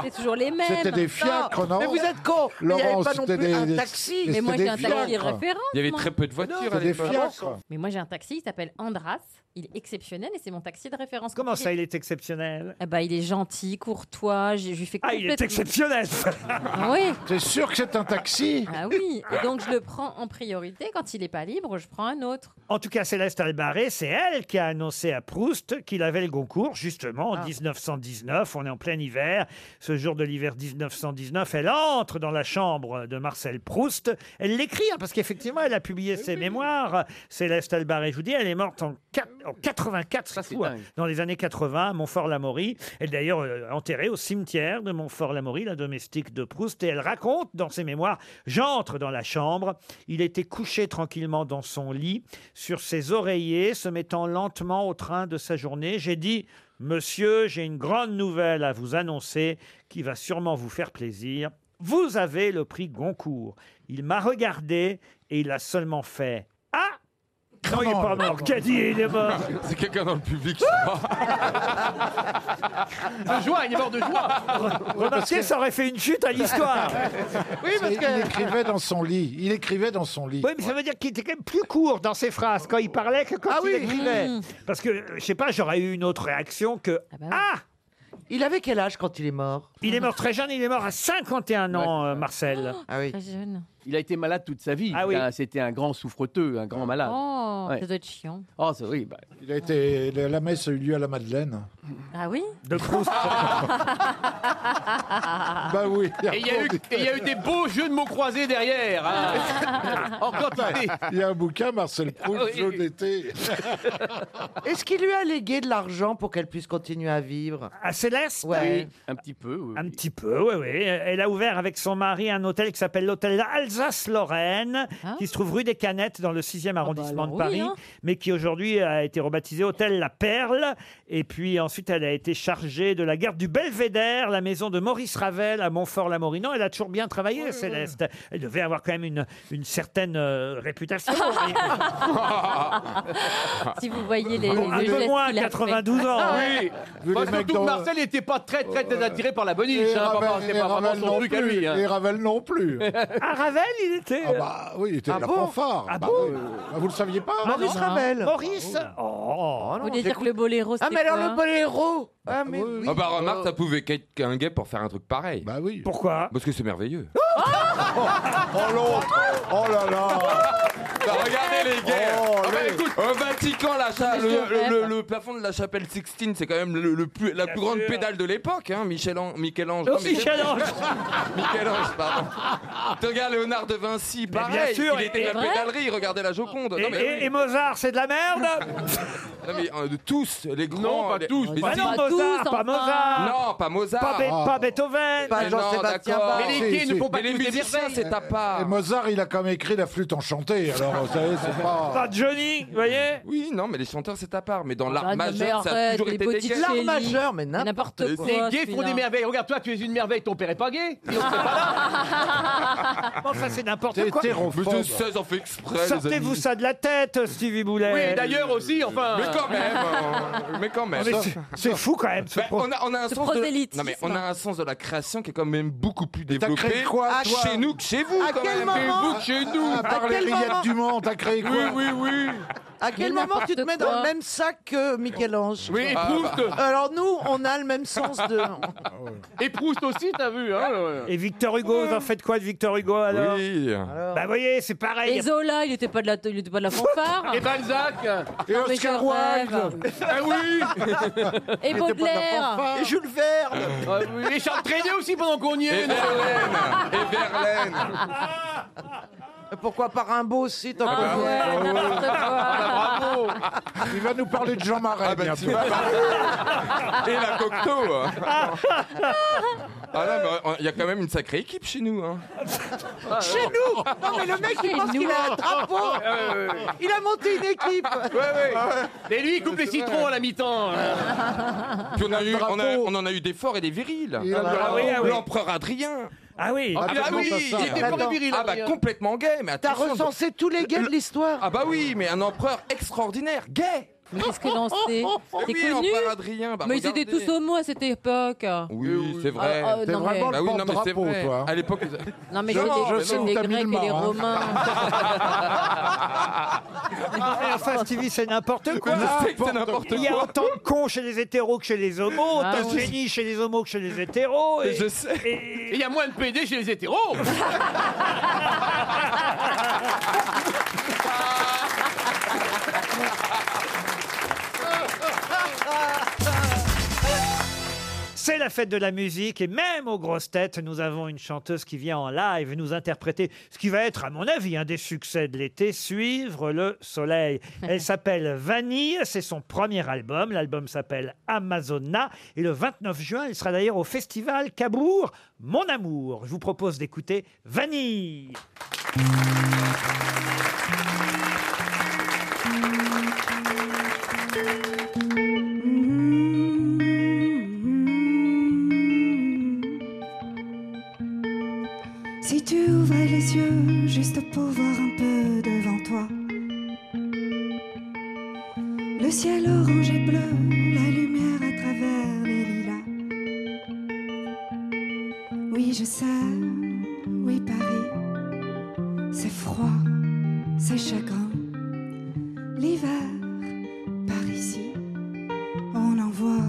S4: C'est toujours les mêmes.
S5: C'était des fiacres, non,
S8: Mais vous êtes con Il n'y avait
S5: Laurent,
S8: pas non
S5: c'était
S8: plus
S5: des-
S8: un
S5: des-
S8: taxi
S4: Mais moi,
S5: c'était
S4: j'ai un
S5: des
S4: taxi
S5: fiacres.
S4: référent.
S9: Il y avait
S4: moi.
S9: très peu de voitures
S5: Non,
S9: à
S5: c'est des
S9: l'époque.
S5: fiacres.
S4: Mais moi, j'ai un taxi, il s'appelle Andras. Il est exceptionnel et c'est mon taxi de référence.
S2: Comment ça, il est exceptionnel
S4: Ah bah, il est gentil, courtois, j'ai- je lui fais
S2: Ah, il est
S4: complètement-
S2: exceptionnel
S4: Ah oui.
S5: T'es sûr que c'est un taxi
S4: Ah oui, et donc je le prends en priorité. Quand il n'est pas libre, je prends un autre.
S2: En tout cas, Céleste Albaré, c'est elle qui a annoncé à Proust qu'il avait le Goncourt, justement, en
S4: Ah.
S2: 1919. On est en plein hiver. Ce jour de l'hiver 1919, elle entre dans la chambre de Marcel Proust. Elle l'écrit, hein, parce qu'effectivement, elle a publié ses mémoires. Céleste Albaré, je vous dis, elle est morte en, quat- en 84, c'est fou, hein, dans les années 80, à Montfort-l'Amaury. Elle est d'ailleurs euh, enterrée au cimetière de Montfort-l'Amaury, la domestique de Proust. Et elle raconte dans ses mémoires, j'entre dans la chambre. Il était couché tranquillement dans son lit, sur ses oreillers, se mettant lentement au train de sa journée. J'ai dit, monsieur, j'ai une grande nouvelle à vous annoncer qui va sûrement vous faire plaisir. Vous avez le prix Goncourt. Il m'a regardé et il a seulement fait Ah Non, il n'est pas mort. Qu'a dit Il est mort.
S9: C'est quelqu'un dans le public, je crois.
S11: De joie, il est mort de joie.
S2: Remarquez, ça aurait fait une chute à l'histoire.
S5: Oui, parce Il écrivait dans son lit. Il écrivait dans son lit.
S2: Oui, mais ça veut dire qu'il était quand même plus court dans ses phrases quand il parlait que
S5: Ah
S2: quand il écrivait.
S5: Mm.
S2: Parce que, je sais pas, j'aurais eu une autre réaction que Ah,
S8: Il avait quel âge quand il est mort
S2: Il est mort très jeune, il est mort à 51 ans, euh, Marcel.
S8: Ah oui.
S4: jeune.
S11: Il a été malade toute sa vie.
S2: Ah oui.
S11: Ah, C'était un grand souffreteux, un grand malade.
S4: Oh,
S11: Ouais.
S4: ça doit être chiant.
S11: Oh, c'est oui. bah.
S5: Il a été, la la messe a eu lieu à la Madeleine.
S4: Ah oui
S2: De Proust.
S5: bah oui.
S11: Et il y, a eu- et il y a eu des beaux jeux de mots croisés derrière. hein. en quantité.
S5: Il y a un bouquin, Marcel Proust,
S11: Ah oui.
S5: Jeux d'été.
S8: Est-ce qu'il lui a légué de l'argent pour qu'elle puisse continuer à vivre
S2: À Céleste
S8: Ouais.
S11: Un petit peu. oui.
S2: Un petit peu, oui, oui. Euh, Elle a ouvert avec son mari un hôtel qui s'appelle l'hôtel Alsace-Lorraine, qui se trouve rue des Canettes dans le 6e arrondissement
S4: Hein Ah,
S2: de
S4: alors
S2: Paris,
S4: oui, hein.
S2: mais qui aujourd'hui a été rebaptisé hôtel La Perle. Et puis ensuite, elle a été chargée de la garde du Belvédère, la maison de Maurice Ravel à Montfort-la-Maurie. Non, elle a toujours bien travaillé, Céleste. Elle devait avoir quand même une, une certaine euh, réputation.
S4: Ah, Si vous voyez les.
S2: Bon,
S4: les
S2: un peu
S4: gestes
S2: moins à
S4: qu'il a fait.
S2: 92 ans. hein.
S11: Ah
S2: Ouais.
S11: oui.
S2: Vu
S11: Parce
S2: les
S11: que
S2: mecs
S11: tout
S2: dans-
S11: Marcel n'était pas très très très attiré par la boniche.
S5: Et
S11: hein. Enfin,
S5: Ravel-
S11: c'est
S5: et
S11: pas vraiment
S5: Ravel
S11: son
S5: non
S11: truc à
S5: plus,
S11: lui. hein.
S5: Et Ravel non plus.
S2: Ah, Ravel, il était.
S5: Ah bah oui, il était de la fanfare.
S2: Ah
S5: Bah
S2: bon
S5: oui. Bah, vous le saviez pas hein.
S8: Maurice
S4: bah
S8: Ravel
S2: Maurice Oh,
S4: Vous voulez dire que le boléro,
S8: Ah,
S4: c'était
S8: mais alors
S4: quoi
S8: le boléro Ah, mais oui.
S9: Ah bah remarque,
S11: Oh.
S9: ça pouvait qu'être un gay pour faire un truc pareil.
S5: Bah oui.
S2: Pourquoi
S9: Parce que c'est merveilleux.
S5: Oh l'autre Oh là là
S9: Bah, regardez les gays
S5: Oh,
S9: Ah bah,
S5: les-
S9: écoute, Au Vatican, la cha-
S5: Mais
S9: le,
S5: c'est vrai.
S9: le- le- le plafond de la chapelle Sixtine, c'est quand même le, le plus- la plus grande
S2: sûr.
S9: pédale de l'époque, hein, Michel-Ange. Michel-Ange,
S2: Oh,
S9: non, mais-
S2: Michel-Ange.
S9: Michel-Ange, pardon. Tu regardes Léonard de Vinci, pareil,
S2: bien sûr,
S9: il
S2: et-
S9: était de la
S2: et-
S9: pédalerie, il regardait la Joconde.
S2: Et,
S9: non, mais,
S2: et- et Mozart, c'est de la merde
S9: non, mais, euh, de tous, les grands.
S2: pas
S9: les-
S2: tous,
S9: les-
S2: pas Bah non, tous, Mozart, pas enfin. Mozart.
S9: Non, pas Mozart.
S2: Pas, Be- pas Beethoven
S9: Pas Mais non, Jean-Sébastien d'accord. Bach.
S5: Si,
S9: Les gays ne
S5: si.
S9: font pas Mais les tous des musiciens, merveilles. c'est à part.
S5: Et Mozart, il a quand même écrit la flûte enchantée, alors vous savez, c'est pas...
S2: Pas Johnny, vous voyez
S9: Oui, non, mais les chanteurs, c'est à part. Mais dans l'art
S4: Ah, non, mais
S9: majeur, ça a
S4: arrête,
S9: toujours
S4: les
S9: été des
S4: Botticelli.
S9: gays.
S8: L'art majeur, mais n'importe
S9: quoi.
S11: Les gays font
S4: celui-là.
S11: des merveilles. Regarde, toi, tu es une merveille, ton père est pas gay. Sinon, c'est pas là.
S2: Bon, ça, c'est n'importe quoi
S9: Mais je sais, j'en fais exprès. les
S2: Sortez-vous
S9: amis.
S2: ça de la tête, Stevie Boulet
S11: Oui, d'ailleurs aussi, enfin.
S9: Mais quand même, euh, mais quand même.
S2: Mais c'est- C'est fou quand même ce
S9: Ben,
S2: pro-
S9: on, a, on a un
S2: Ce
S9: sens de...
S2: prosélytisme.
S9: Non, mais on a un sens de la création qui est quand même beaucoup plus
S5: t'as
S9: développé
S5: créé quoi,
S9: à-
S5: toi
S9: chez nous que chez vous
S8: À
S9: quand
S8: quel
S9: même.
S8: moment
S9: Chez vous que chez nous.
S5: Ah, par les rillettes du monde, t'as créé quoi
S9: Oui, oui, oui.
S8: À quel
S4: Mais
S8: moment tu te
S4: n'importe
S8: mets dans le
S4: quoi.
S8: même sac que Michel-Ange
S11: Oui, et
S8: Ah,
S11: Proust.
S8: bah. Alors nous, on a le même sens de.
S11: Et Proust aussi, t'as vu. Hein,
S2: Et Victor Hugo, vous en faites quoi de Victor Hugo alors
S9: Oui.
S2: Bah voyez, c'est pareil.
S4: Et Zola, il n'était pas, de la- il était pas de la fanfare.
S11: Et Balzac.
S5: Et
S4: Ah, mais
S5: Oscar
S4: je rêve.
S5: Wilde
S11: Ah oui.
S4: Et Baudelaire.
S5: Ah.
S11: Et Jules Verne. Ah oui. Et Charles Trenet aussi pendant qu'on y est.
S9: Et Verlaine. Et Verlaine.
S3: Pourquoi pas Rimbaud aussi t'en
S5: Ah
S3: peux-
S5: ouais, Ah ouais. n'importe quoi. Ah Il va nous parler de Jean Marais bientôt.
S9: Et la Cocteau Ah non, mais il y a quand même une sacrée équipe chez nous. hein.
S3: Chez nous Non mais le mec il
S11: Chez
S3: pense qu'il
S11: nous.
S3: a un drapeau
S9: Ah,
S2: Euh,
S11: Ouais, ouais, ouais.
S3: Il a monté une équipe
S11: Mais lui, Ah il coupe les citrons à la mi-temps. hein.
S9: Puis on, a eu, on, a- on en a eu des forts et des virils.
S11: Il a le drapeau. oui, ah oui.
S9: L'empereur Adrien.
S14: Ah oui,
S9: ah,
S11: Attends,
S9: oui,
S11: attends,
S9: il était
S11: attends.
S9: fort et viril. Ah bah
S11: Adrien.
S9: complètement gay, mais
S3: T'as
S9: attention.
S3: recensé tous les gays de l'histoire
S9: Ah bah oui, mais un empereur extraordinaire, gay.
S4: Mais qu'est-ce que
S9: Oh,
S4: l'on sait
S9: Mais
S4: T'es
S9: oui,
S4: connu
S9: l'empereur Adrien, bah
S4: Mais ils
S9: regardez.
S4: étaient tous homo à cette époque.
S9: Oui, c'est vrai.
S4: Ah, ah, T'es non, mais- vraiment le
S9: Bah oui, non, mais c'est
S5: porte-drapeau,
S9: vrai.
S5: toi, hein.
S9: À l'époque.
S4: Non mais
S5: Je-
S4: c'était
S5: je
S4: c'était
S5: sais où
S4: les
S5: t'as mis
S4: Grecs
S5: le
S4: et les
S5: mort, hein.
S4: Romains.
S2: Ah. Et enfin, Stevie, c'est n'importe quoi.
S9: Je sais que c'est n'importe
S2: Il y a
S9: quoi.
S2: autant de cons chez les hétéros que chez les homos,
S11: Ah
S2: autant de
S11: ouais.
S2: génies chez les homos que chez les hétéros.
S11: Mais je sais. Et il y a moins de PD chez les hétéros.
S2: C'est la fête de la musique et même aux grosses têtes, nous avons une chanteuse qui vient en live nous interpréter ce qui va être, à mon avis, un des succès de l'été, Suivre le soleil. Elle s'appelle Vanille, c'est son premier album. L'album s'appelle Amazona et le 29 juin, elle sera d'ailleurs au festival Cabourg, Mon Amour. Je vous propose d'écouter Vanille.
S15: Si tu ouvrais les yeux juste pour voir un peu devant toi, le ciel orange et bleu, la lumière à travers les lilas. Oui, je sais, oui, Paris, c'est froid, c'est chagrin. L'hiver, par ici, on n'en voit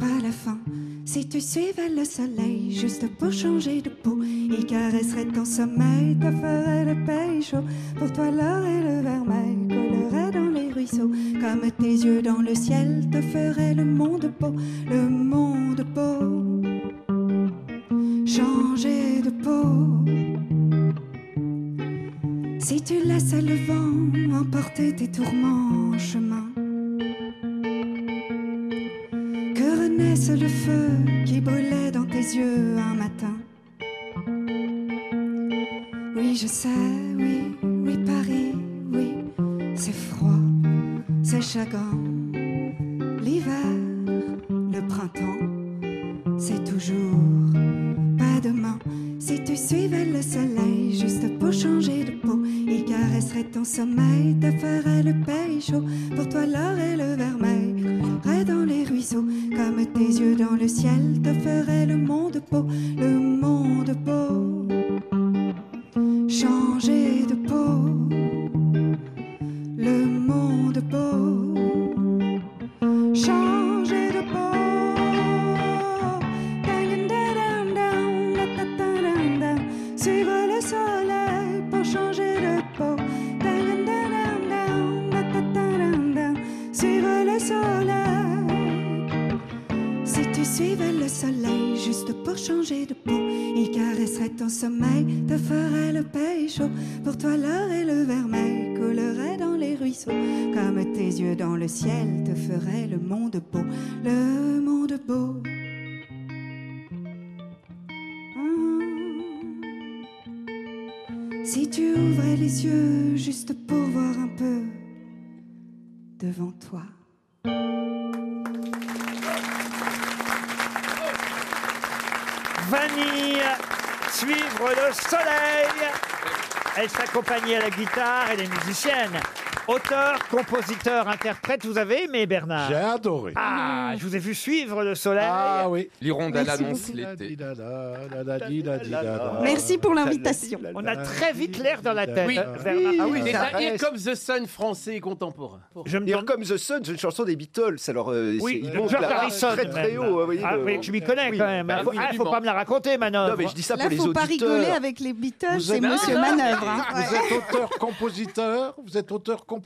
S15: pas la fin. Si tu suivais le soleil juste pour changer de peau, il caresserait ton sommeil, te ferait le pays chaud. Pour toi, l'or et le vermeil couleraient dans les ruisseaux, comme tes yeux dans le ciel te ferait le monde beau, le monde beau. Changer de peau. Si tu laissais le vent emporter tes tourments en chemin, que renaisse le feu qui brûlait dans tes yeux un matin. Oui, je sais, oui, oui, Paris, oui, c'est froid, c'est chagrin. L'hiver, le printemps, c'est toujours pas demain. Si tu suivais le soleil juste pour changer de peau, il caresserait ton sommeil, te ferait le pays chaud. Pour toi, l'or et le vermeil couleraient dans les ruisseaux, comme tes yeux dans le ciel, te ferait le monde beau, le monde beau. Changer de peau, le monde beau. Changer de peau. Dun-dun-dun-dun, dun-dun-dun-dun. Suivre le soleil pour changer de peau. Dun-dun-dun-dun, dun-dun-dun-dun. Suivre le soleil. Si tu suivais le soleil juste pour changer de peau, il caresserait ton sommeil, te ferait le pays chaud. Pour toi, l'or et le vermeil couleraient dans les ruisseaux, comme tes yeux dans le ciel te feraient le monde beau, le monde beau. Si tu ouvrais les yeux juste pour voir un peu devant toi.
S2: Vanille, suivre le soleil. Elle s'accompagnait à la guitare et les musiciennes. Auteur, compositeur, interprète, vous avez aimé Bernard
S5: J'ai adoré.
S2: Ah, je vous ai vu suivre le soleil.
S5: Ah oui.
S9: L'hirondelle
S5: Merci
S9: annonce
S5: beaucoup.
S9: l'été.
S5: Merci
S11: pour
S5: l'invitation.
S2: On a très vite l'air dans Ah. la tête.
S11: Oui,
S2: Bernard.
S11: oui,
S2: Ah oui,
S11: c'est
S2: ça
S11: un Here
S2: reste.
S11: Comes the Sun français et contemporain.
S2: Je me
S10: Here Comes the Sun, c'est une chanson des Beatles. Alors, euh,
S2: Oui,
S10: c'est- ils
S2: de
S10: montent
S2: George
S10: la barre
S2: Harrison.
S10: très très
S2: même.
S10: haut. hein, voyez,
S2: ah,
S10: le-
S2: oui, je m'y connais
S10: Oui,
S2: quand même.
S10: bah,
S2: Faut- ah, faut
S10: absolument.
S2: pas me la raconter, Manon.
S10: Non, mais je dis ça
S2: Là,
S10: pour les
S2: faut pas
S10: auditeurs.
S2: rigoler
S15: avec les Beatles,
S5: Vous Ah,
S15: c'est
S5: êtes-
S15: Monsieur Manœuvre. hein.
S5: Vous êtes auteur-compositeur Vous êtes auteur-compositeur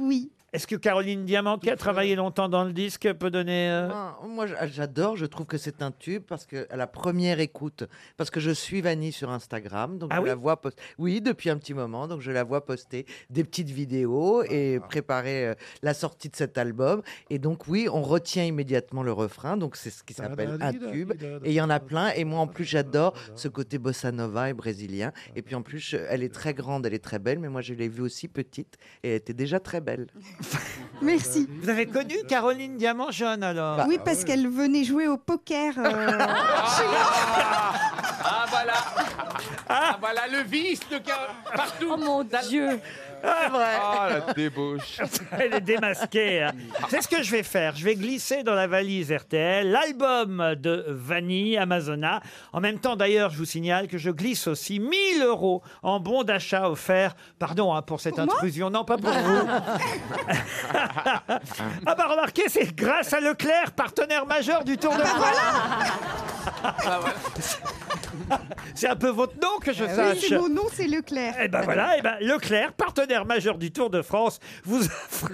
S15: Oui.
S2: Est-ce que Caroline Diamant, qui a travaillé longtemps dans le disque, peut donner... euh,
S8: Moi, Ah, moi, j- j'adore, je trouve que c'est un tube parce que à la première écoute, parce que je suis Vanny sur Instagram, donc
S2: Ah
S8: je
S2: oui
S8: la vois poster. Oui, depuis un petit moment, donc je la vois poster des petites
S2: Ah,
S8: vidéos et préparer euh, la sortie de cet album. Et donc oui, on retient immédiatement le refrain, donc c'est ce qui s'appelle un tube. Et il y en a plein. Et moi en plus, j'adore ce côté bossa nova et brésilien. Et puis en plus, je- elle est très grande, elle est très belle, mais moi je l'ai vue aussi petite et elle était déjà très belle.
S15: Merci.
S2: Vous avez connu Caroline Diamant jeune alors
S8: ah.
S15: Bah, oui, parce qu'elle venait jouer au poker. euh,
S16: Ah bah là Ah bah là, le vice de Car- partout Oh mon Dieu
S8: C'est vrai
S3: Ah, la débauche
S2: Elle est démasquée. hein. C'est ce que je vais faire. Je vais glisser dans la valise RTL l'album de Vanille Amazona. En même temps, d'ailleurs, je vous signale que je glisse aussi 1000 euros en bon d'achat offert. Pardon hein, pour cette
S15: Pour moi
S2: intrusion. non, pas pour vous. ah bah remarquez, c'est grâce à Leclerc, partenaire majeur du Tour de France. c'est un peu votre nom que je
S15: Eh oui,
S2: sache.
S15: c'est mon nom, c'est Leclerc.
S2: Eh ben voilà, eh ben Leclerc, partenaire majeur du Tour de France, vous offre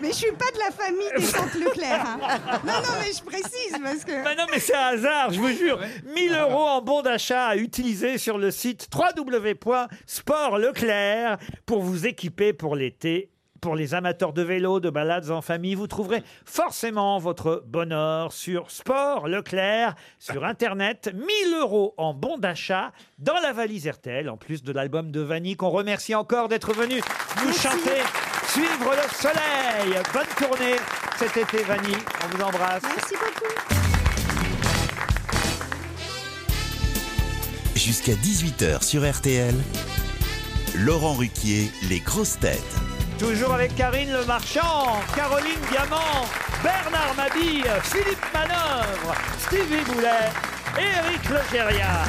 S15: Mais je suis pas de la famille des tantes Leclerc. hein. Non, non, mais je précise parce que.
S2: Bah non, mais c'est un hasard, je vous jure. 1000 euros en bon d'achat à utiliser sur le site www.sportleclerc pour vous équiper pour l'été. Pour les amateurs de vélo, de balades en famille, vous trouverez forcément votre bonheur sur Sport Leclerc, sur Internet. 1000 euros en bon d'achat dans la valise RTL, en plus de l'album de Vanny qu'on remercie encore d'être venu nous chanter Suivre le soleil. Bonne tournée cet été, Vanny. On vous embrasse.
S15: Merci beaucoup.
S17: Jusqu'à 18h sur RTL, Laurent Ruquier, les grosses têtes.
S2: Toujours avec Karine Le Marchand, Caroline Diamant, Bernard Mabille, Philippe Manœuvre, Stevie Boulet, Éric Logérias.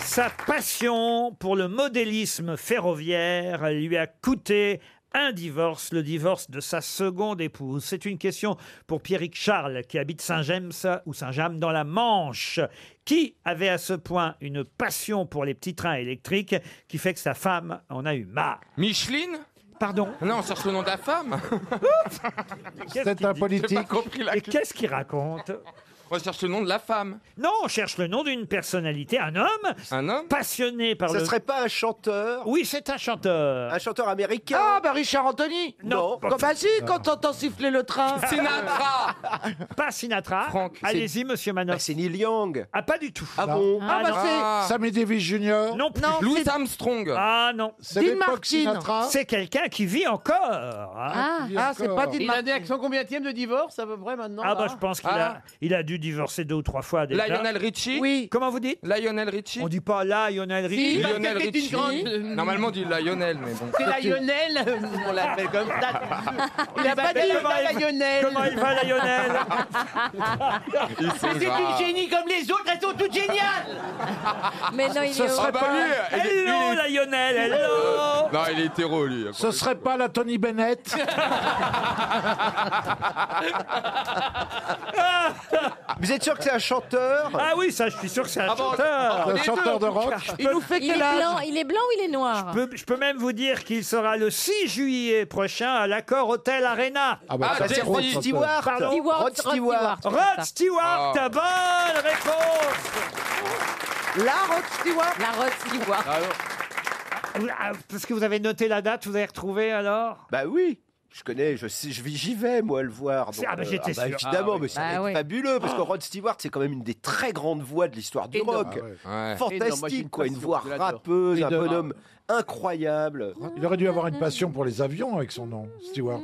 S2: Sa passion pour le modélisme ferroviaire lui a coûté un divorce, le divorce de sa seconde épouse. C'est une question pour Pierrick Charles, qui habite Saint-James ou Saint-James dans la Manche. Qui avait à ce point une passion pour les petits trains électriques qui fait que sa femme en a eu marre
S3: Micheline
S2: Pardon
S3: Non, on cherche le nom de la femme
S2: C'est un
S3: J'ai pas compris la
S2: Et qu'est-ce qu'il raconte
S3: On cherche le nom de la femme.
S2: Non, on cherche le nom d'une personnalité, un homme.
S3: Un homme
S2: Passionné par
S10: Ça
S2: le...
S10: serait pas un chanteur
S2: Oui, c'est un chanteur.
S10: Un chanteur américain
S8: Ah bah Richard Anthony
S10: Non.
S8: Bah, bah si, quand t'entends siffler le train
S3: Sinatra
S2: Pas Sinatra. Allez-y, monsieur Manoff.
S10: Bah, c'est Neil Young.
S2: Ah, pas du tout.
S10: Ah bon
S8: Ah, bah,
S3: Ah.
S5: Sammy Davis Jr.
S2: Non, plus.
S8: Non,
S3: Louis Armstrong.
S2: Ah non.
S5: C'est Dean l'époque Martin. Sinatra.
S2: C'est quelqu'un qui vit encore. hein.
S8: Ah, c'est pas dit
S11: Il en est à son combienième de divorce, à peu près, maintenant
S2: Ah,
S11: là
S2: bah je pense qu'il a,
S3: Ah.
S2: il a dû divorcer deux ou trois fois déjà.
S3: Lionel Richie
S8: Oui.
S2: Comment vous dites
S3: Lionel Richie
S2: On dit pas là, Lionel Richie.
S11: parce
S3: Lionel
S11: qu'elle était une
S3: Richie.
S11: grande-
S3: Normalement, on dit Lionel, mais bon.
S11: C'est la Lionel, on l'appelle comme ça. Il a
S2: Comment
S11: pas dit
S2: il va-
S11: la Lionel.
S2: Comment il va, Lionel
S3: Il
S11: Mais c'est
S3: saura.
S11: une génie comme les autres, elles sont toutes géniales.
S4: Mais non, il est
S3: Ah bah lui, il est-
S2: Hello,
S3: il est-
S2: Lionel, hello
S3: Non, il est hétéro, lui.
S5: Ce serait pas la Tony Bennett
S10: Vous êtes sûr que c'est un chanteur
S2: Ah oui, ça, je suis sûr que c'est un
S3: Ah bon,
S2: chanteur.
S5: Un chanteur de rock
S8: Il nous fait
S4: Il est
S8: quel âge
S4: blanc, il est blanc ou il est noir
S2: Je peux- je peux même vous dire qu'il sera le 6 juillet prochain à l'accord Hôtel Arena.
S3: Ah,
S5: ça,
S10: C'est
S3: Rod
S5: trop,
S10: Rod
S5: ça, ça.
S10: Stewart.
S2: Pardon.
S4: Stewart,
S10: Rod Stewart.
S4: c'est
S2: Rod
S4: ça.
S2: Stewart,
S3: Ah.
S2: bonne réponse
S8: La Rod Stewart
S4: La Rod Stewart.
S3: Ah non.
S2: Vous- ah, Parce que vous avez noté la date, vous avez retrouvé alors
S10: Bah oui. Je connais, je sais, je vis- j'y vais moi le voir. donc,
S2: Ah bah,
S10: euh,
S2: j'étais
S10: bah,
S2: sûr.
S10: Évidemment, mais c'est
S4: Bah oui.
S10: fabuleux parce que Rod Stewart, c'est quand même une des très grandes voix de l'histoire du
S11: Énorme.
S10: rock.
S5: Ah ouais.
S3: Ouais.
S11: Énorme, moi, j'ai
S10: Fantastique,
S11: une
S10: quoi, une
S11: passion,
S10: voix
S11: je l'adore.
S10: rappeuse, un
S5: Énorme.
S10: bonhomme incroyable.
S5: Il aurait dû avoir une passion pour les avions avec son nom, Stewart.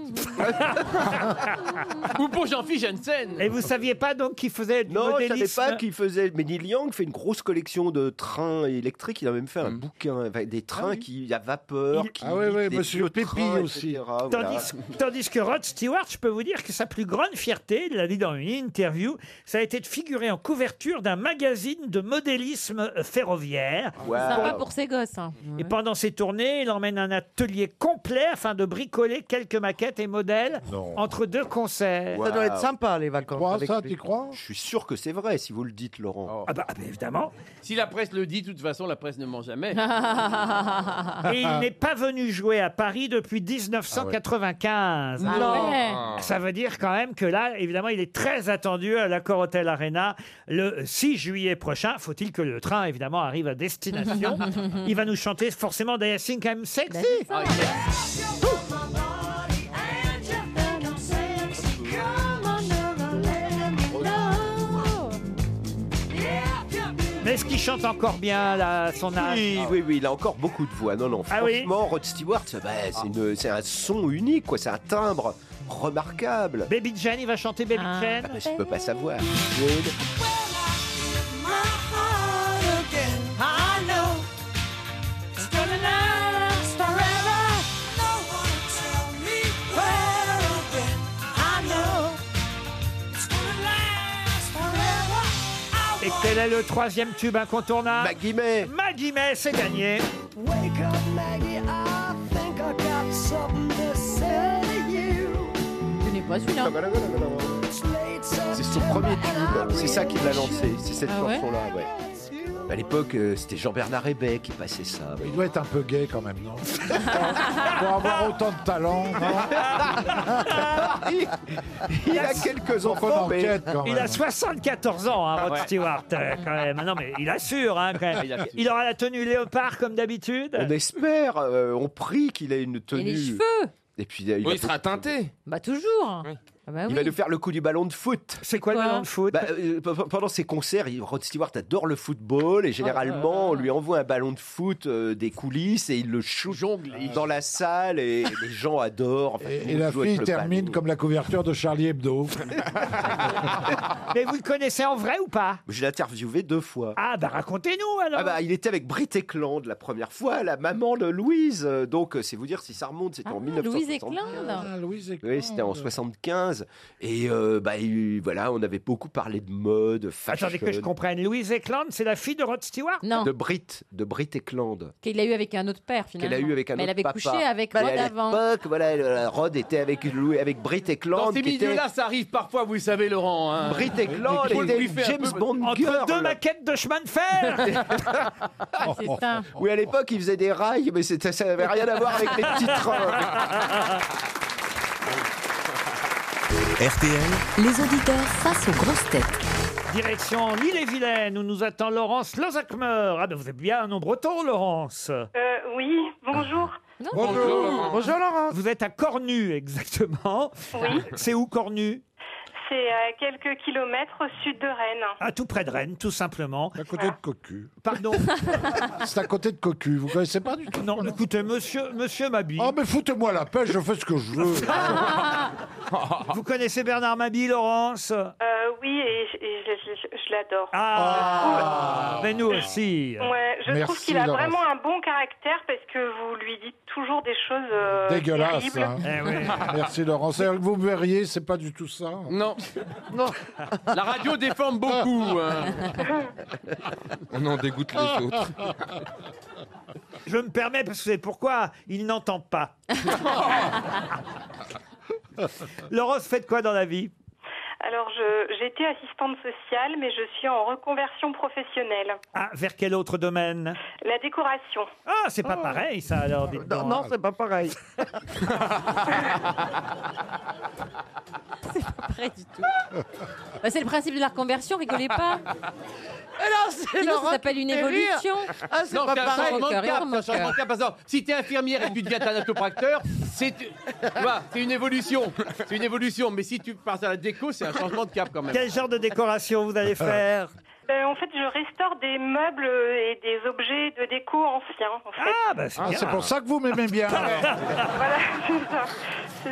S11: Ou pour Jean-Philippe Janssen.
S2: Et vous saviez pas donc qu'il faisait du
S10: Non, je savais
S2: modélisme
S10: pas qu'il faisait. Mais Neil Young fait une grosse collection de trains électriques. Il a même fait un
S3: Mm.
S10: bouquin avec des trains qui à vapeur.
S2: Il-
S10: Qui
S5: Ah oui, oui,
S10: des
S5: Monsieur
S10: vieux trains,
S5: Pépi aussi.
S10: etc., voilà.
S2: Tandis, tandis que Rod Stewart, je peux vous dire que sa plus grande fierté, il l'a dit dans une interview, ça a été de figurer en couverture d'un magazine de modélisme euh, ferroviaire.
S10: Wow.
S4: Sympa pour ses gosses. hein.
S2: Et pendant dans ses tournées, il emmène un atelier complet afin de bricoler quelques maquettes et modèles entre deux concerts.
S18: Ça doit être sympa, les vacances. avec lui.
S10: Je suis sûr que c'est vrai si vous le dites, Laurent.
S2: Ah bah évidemment.
S11: Si la presse le dit, de toute façon, la presse ne ment jamais.
S2: Et il n'est pas venu jouer à Paris depuis 1995.
S11: Ah ouais. Ah ouais.
S2: Ça veut dire quand même que là, évidemment, il est très attendu à l'accord Hotel Arena le 6 juillet prochain. Faut-il que le train, évidemment, arrive à destination. il va nous chanter forcément Des Think I'm Sexy.
S11: Ben,
S3: Ah,
S2: Mais est-ce qu'il chante encore bien là, son âge
S10: Oui, oui, oui, il a encore beaucoup de voix. Non, non,
S2: Ah oui Ah.
S10: franchement, Rod Stewart, bah, c'est une- c'est un son unique, quoi. C'est un timbre remarquable. Ah,
S2: Baby Jane, il va chanter Baby
S4: Ah.
S2: Jane
S10: Je peux pas savoir.
S2: Et quel est le troisième tube incontournable Maggie May. Maggie May, c'est gagné.
S3: Wake up, Maggie, I think I got something to say to you.
S4: Je n'ai pas
S10: Ah,
S4: celui-là.
S3: It's late, so
S10: C'est son premier tube, c'est ça qui l'a lancé, c'est cette
S3: Ah ouais
S10: chanson-là, ouais. À l'époque, euh, c'était Jean-Bernard Hébet qui passait ça.
S5: Il doit être un peu gay quand même, non Pour avoir autant de talent,
S10: Ah,
S5: non
S10: Il a quelques
S5: enfants, mais-
S2: Il a 74 ans, hein, Rod
S5: Ouais.
S2: Stewart, euh, quand même. Non, mais il assure, hein, quand même.
S10: Ah Il assure.
S2: Il aura la tenue léopard, comme d'habitude.
S10: On espère, euh, on prie qu'il ait une tenue.
S4: Et les cheveux
S10: Et puis, euh, il, va
S4: Oui, il sera
S10: peut-être-
S4: teinté. Bah toujours. Ah bah
S10: Il
S4: oui.
S10: va nous faire le coup du ballon de foot. Bah, euh,
S2: C'est quoi,
S4: le ballon de
S2: foot
S10: Pendant ses concerts, il- Rod Stewart adore le football et
S2: Ah,
S10: généralement, on lui envoie un ballon de foot euh, des coulisses et il le shoot dans la salle et les gens adorent. Enfin, tout le
S5: Et
S10: monde
S5: la
S10: joue avec
S5: fille
S10: le
S5: termine comme la couverture de Charlie Hebdo.
S2: Mais vous le connaissez en vrai ou pas
S10: Je l'ai interviewé deux fois.
S2: Ah bah racontez-nous alors.
S10: Ah bah il était avec Britt Eklund la première fois, la maman de Louise. Euh, Donc euh, c'est vous dire si ça remonte, c'était
S2: Ah,
S10: en 1975.
S4: Louise Eklund.
S5: Louise
S10: Oui, c'était en 75 et euh, bah il- voilà, on avait beaucoup parlé de mode, fashion.
S2: Attendez que je comprenne. Louise Eklund, c'est la fille de Rod Stewart
S4: Non.
S10: De Britt, de Britt Eklund.
S4: Qu'il a eu avec un autre père finalement.
S10: Qu'elle a eu avec un
S4: Mais
S10: autre
S4: elle avait
S10: papa. Bah,
S4: couché avec
S10: Et
S4: Rod
S10: à
S4: avant.
S10: l'époque, voilà, euh, Rod était avec Louis, avec Britt Eklund.
S11: Dans ces
S10: qui était-
S11: milieux-là, ça arrive parfois, vous savez, Laurent. Hein.
S10: Britt Eklund
S11: Faut le
S10: était
S11: briefer un
S10: James
S11: peu.
S10: Bond girl.
S2: maquettes de chemin de fer
S10: Oui, à l'époque, il faisait des rails, mais c'était- ça n'avait rien à voir avec les petits trains.
S19: RTL,
S1: Les auditeurs face aux grosses têtes.
S2: Direction l'île-et-Vilaine où nous attend Laurence Lozakmer. Ah ben vous êtes bien un breton, Laurence.
S20: Euh, oui, bonjour.
S2: Ah. Bonjour Laurence. Vous êtes à Cornu exactement.
S20: Oui.
S2: C'est où Cornu
S20: C'est à quelques kilomètres au sud de Rennes.
S2: À tout près de Rennes, tout simplement. À côté de Cocu. Pardon
S5: C'est à côté de Cocu, vous connaissez pas du tout
S2: Non, écoutez, monsieur, monsieur Mabille.
S5: Oh, mais foutez-moi la paix, je fais ce que je veux.
S2: Vous connaissez Bernard Mabille, Laurence
S20: Euh, oui, et, je- et je, je- je l'adore.
S2: Ah, Mais nous aussi.
S20: Ouais, je trouve
S2: Merci,
S20: qu'il a
S2: Laurence.
S20: vraiment un bon caractère parce que vous lui dites toujours des choses euh,
S5: Dégueulasse.
S20: terribles.
S5: hein.
S2: Eh
S5: Merci Laurent. C'est-à-dire que vous me verriez, c'est pas du tout ça.
S11: Non. La radio déforme beaucoup. hein.
S9: On en dégoûte les autres.
S2: Je me permets parce que vous savez pourquoi il n'entend pas. Laurence, faites quoi dans la vie
S20: Alors, je- j'étais assistante sociale, mais je suis en reconversion professionnelle.
S2: Ah, vers quel autre domaine
S20: La décoration.
S2: Ah, c'est
S5: Oh.
S2: pas pareil ça alors. dites
S18: Oh. Non,
S2: donc.
S18: non, c'est pas pareil.
S4: Après, du tout. Bah, c'est le principe de la reconversion, rigolez pas.
S18: Alors, c'est
S4: Sinon, ça
S18: Laurent
S4: s'appelle
S18: qui
S4: une
S18: fait rire.
S4: évolution.
S18: Ah, c'est
S11: Non,
S18: pas
S11: c'est un
S18: pareil.
S11: changement de
S18: Remarqueur,
S11: cap, c'est un changement de
S18: remarqueur.
S11: cap. Par exemple, si t'es infirmière et que tu deviens thanatopracteur, c'est tu vois, c'est une évolution. C'est une évolution. Mais si tu passes à la déco, c'est un changement de cap quand même.
S2: Quel genre de décoration vous allez faire
S20: Euh, en fait, je restaure des meubles et des objets de déco anciens. En fait.
S2: Ah, bah, c'est
S5: Ah,
S2: bien.
S5: c'est pour ça que vous m'aimez bien.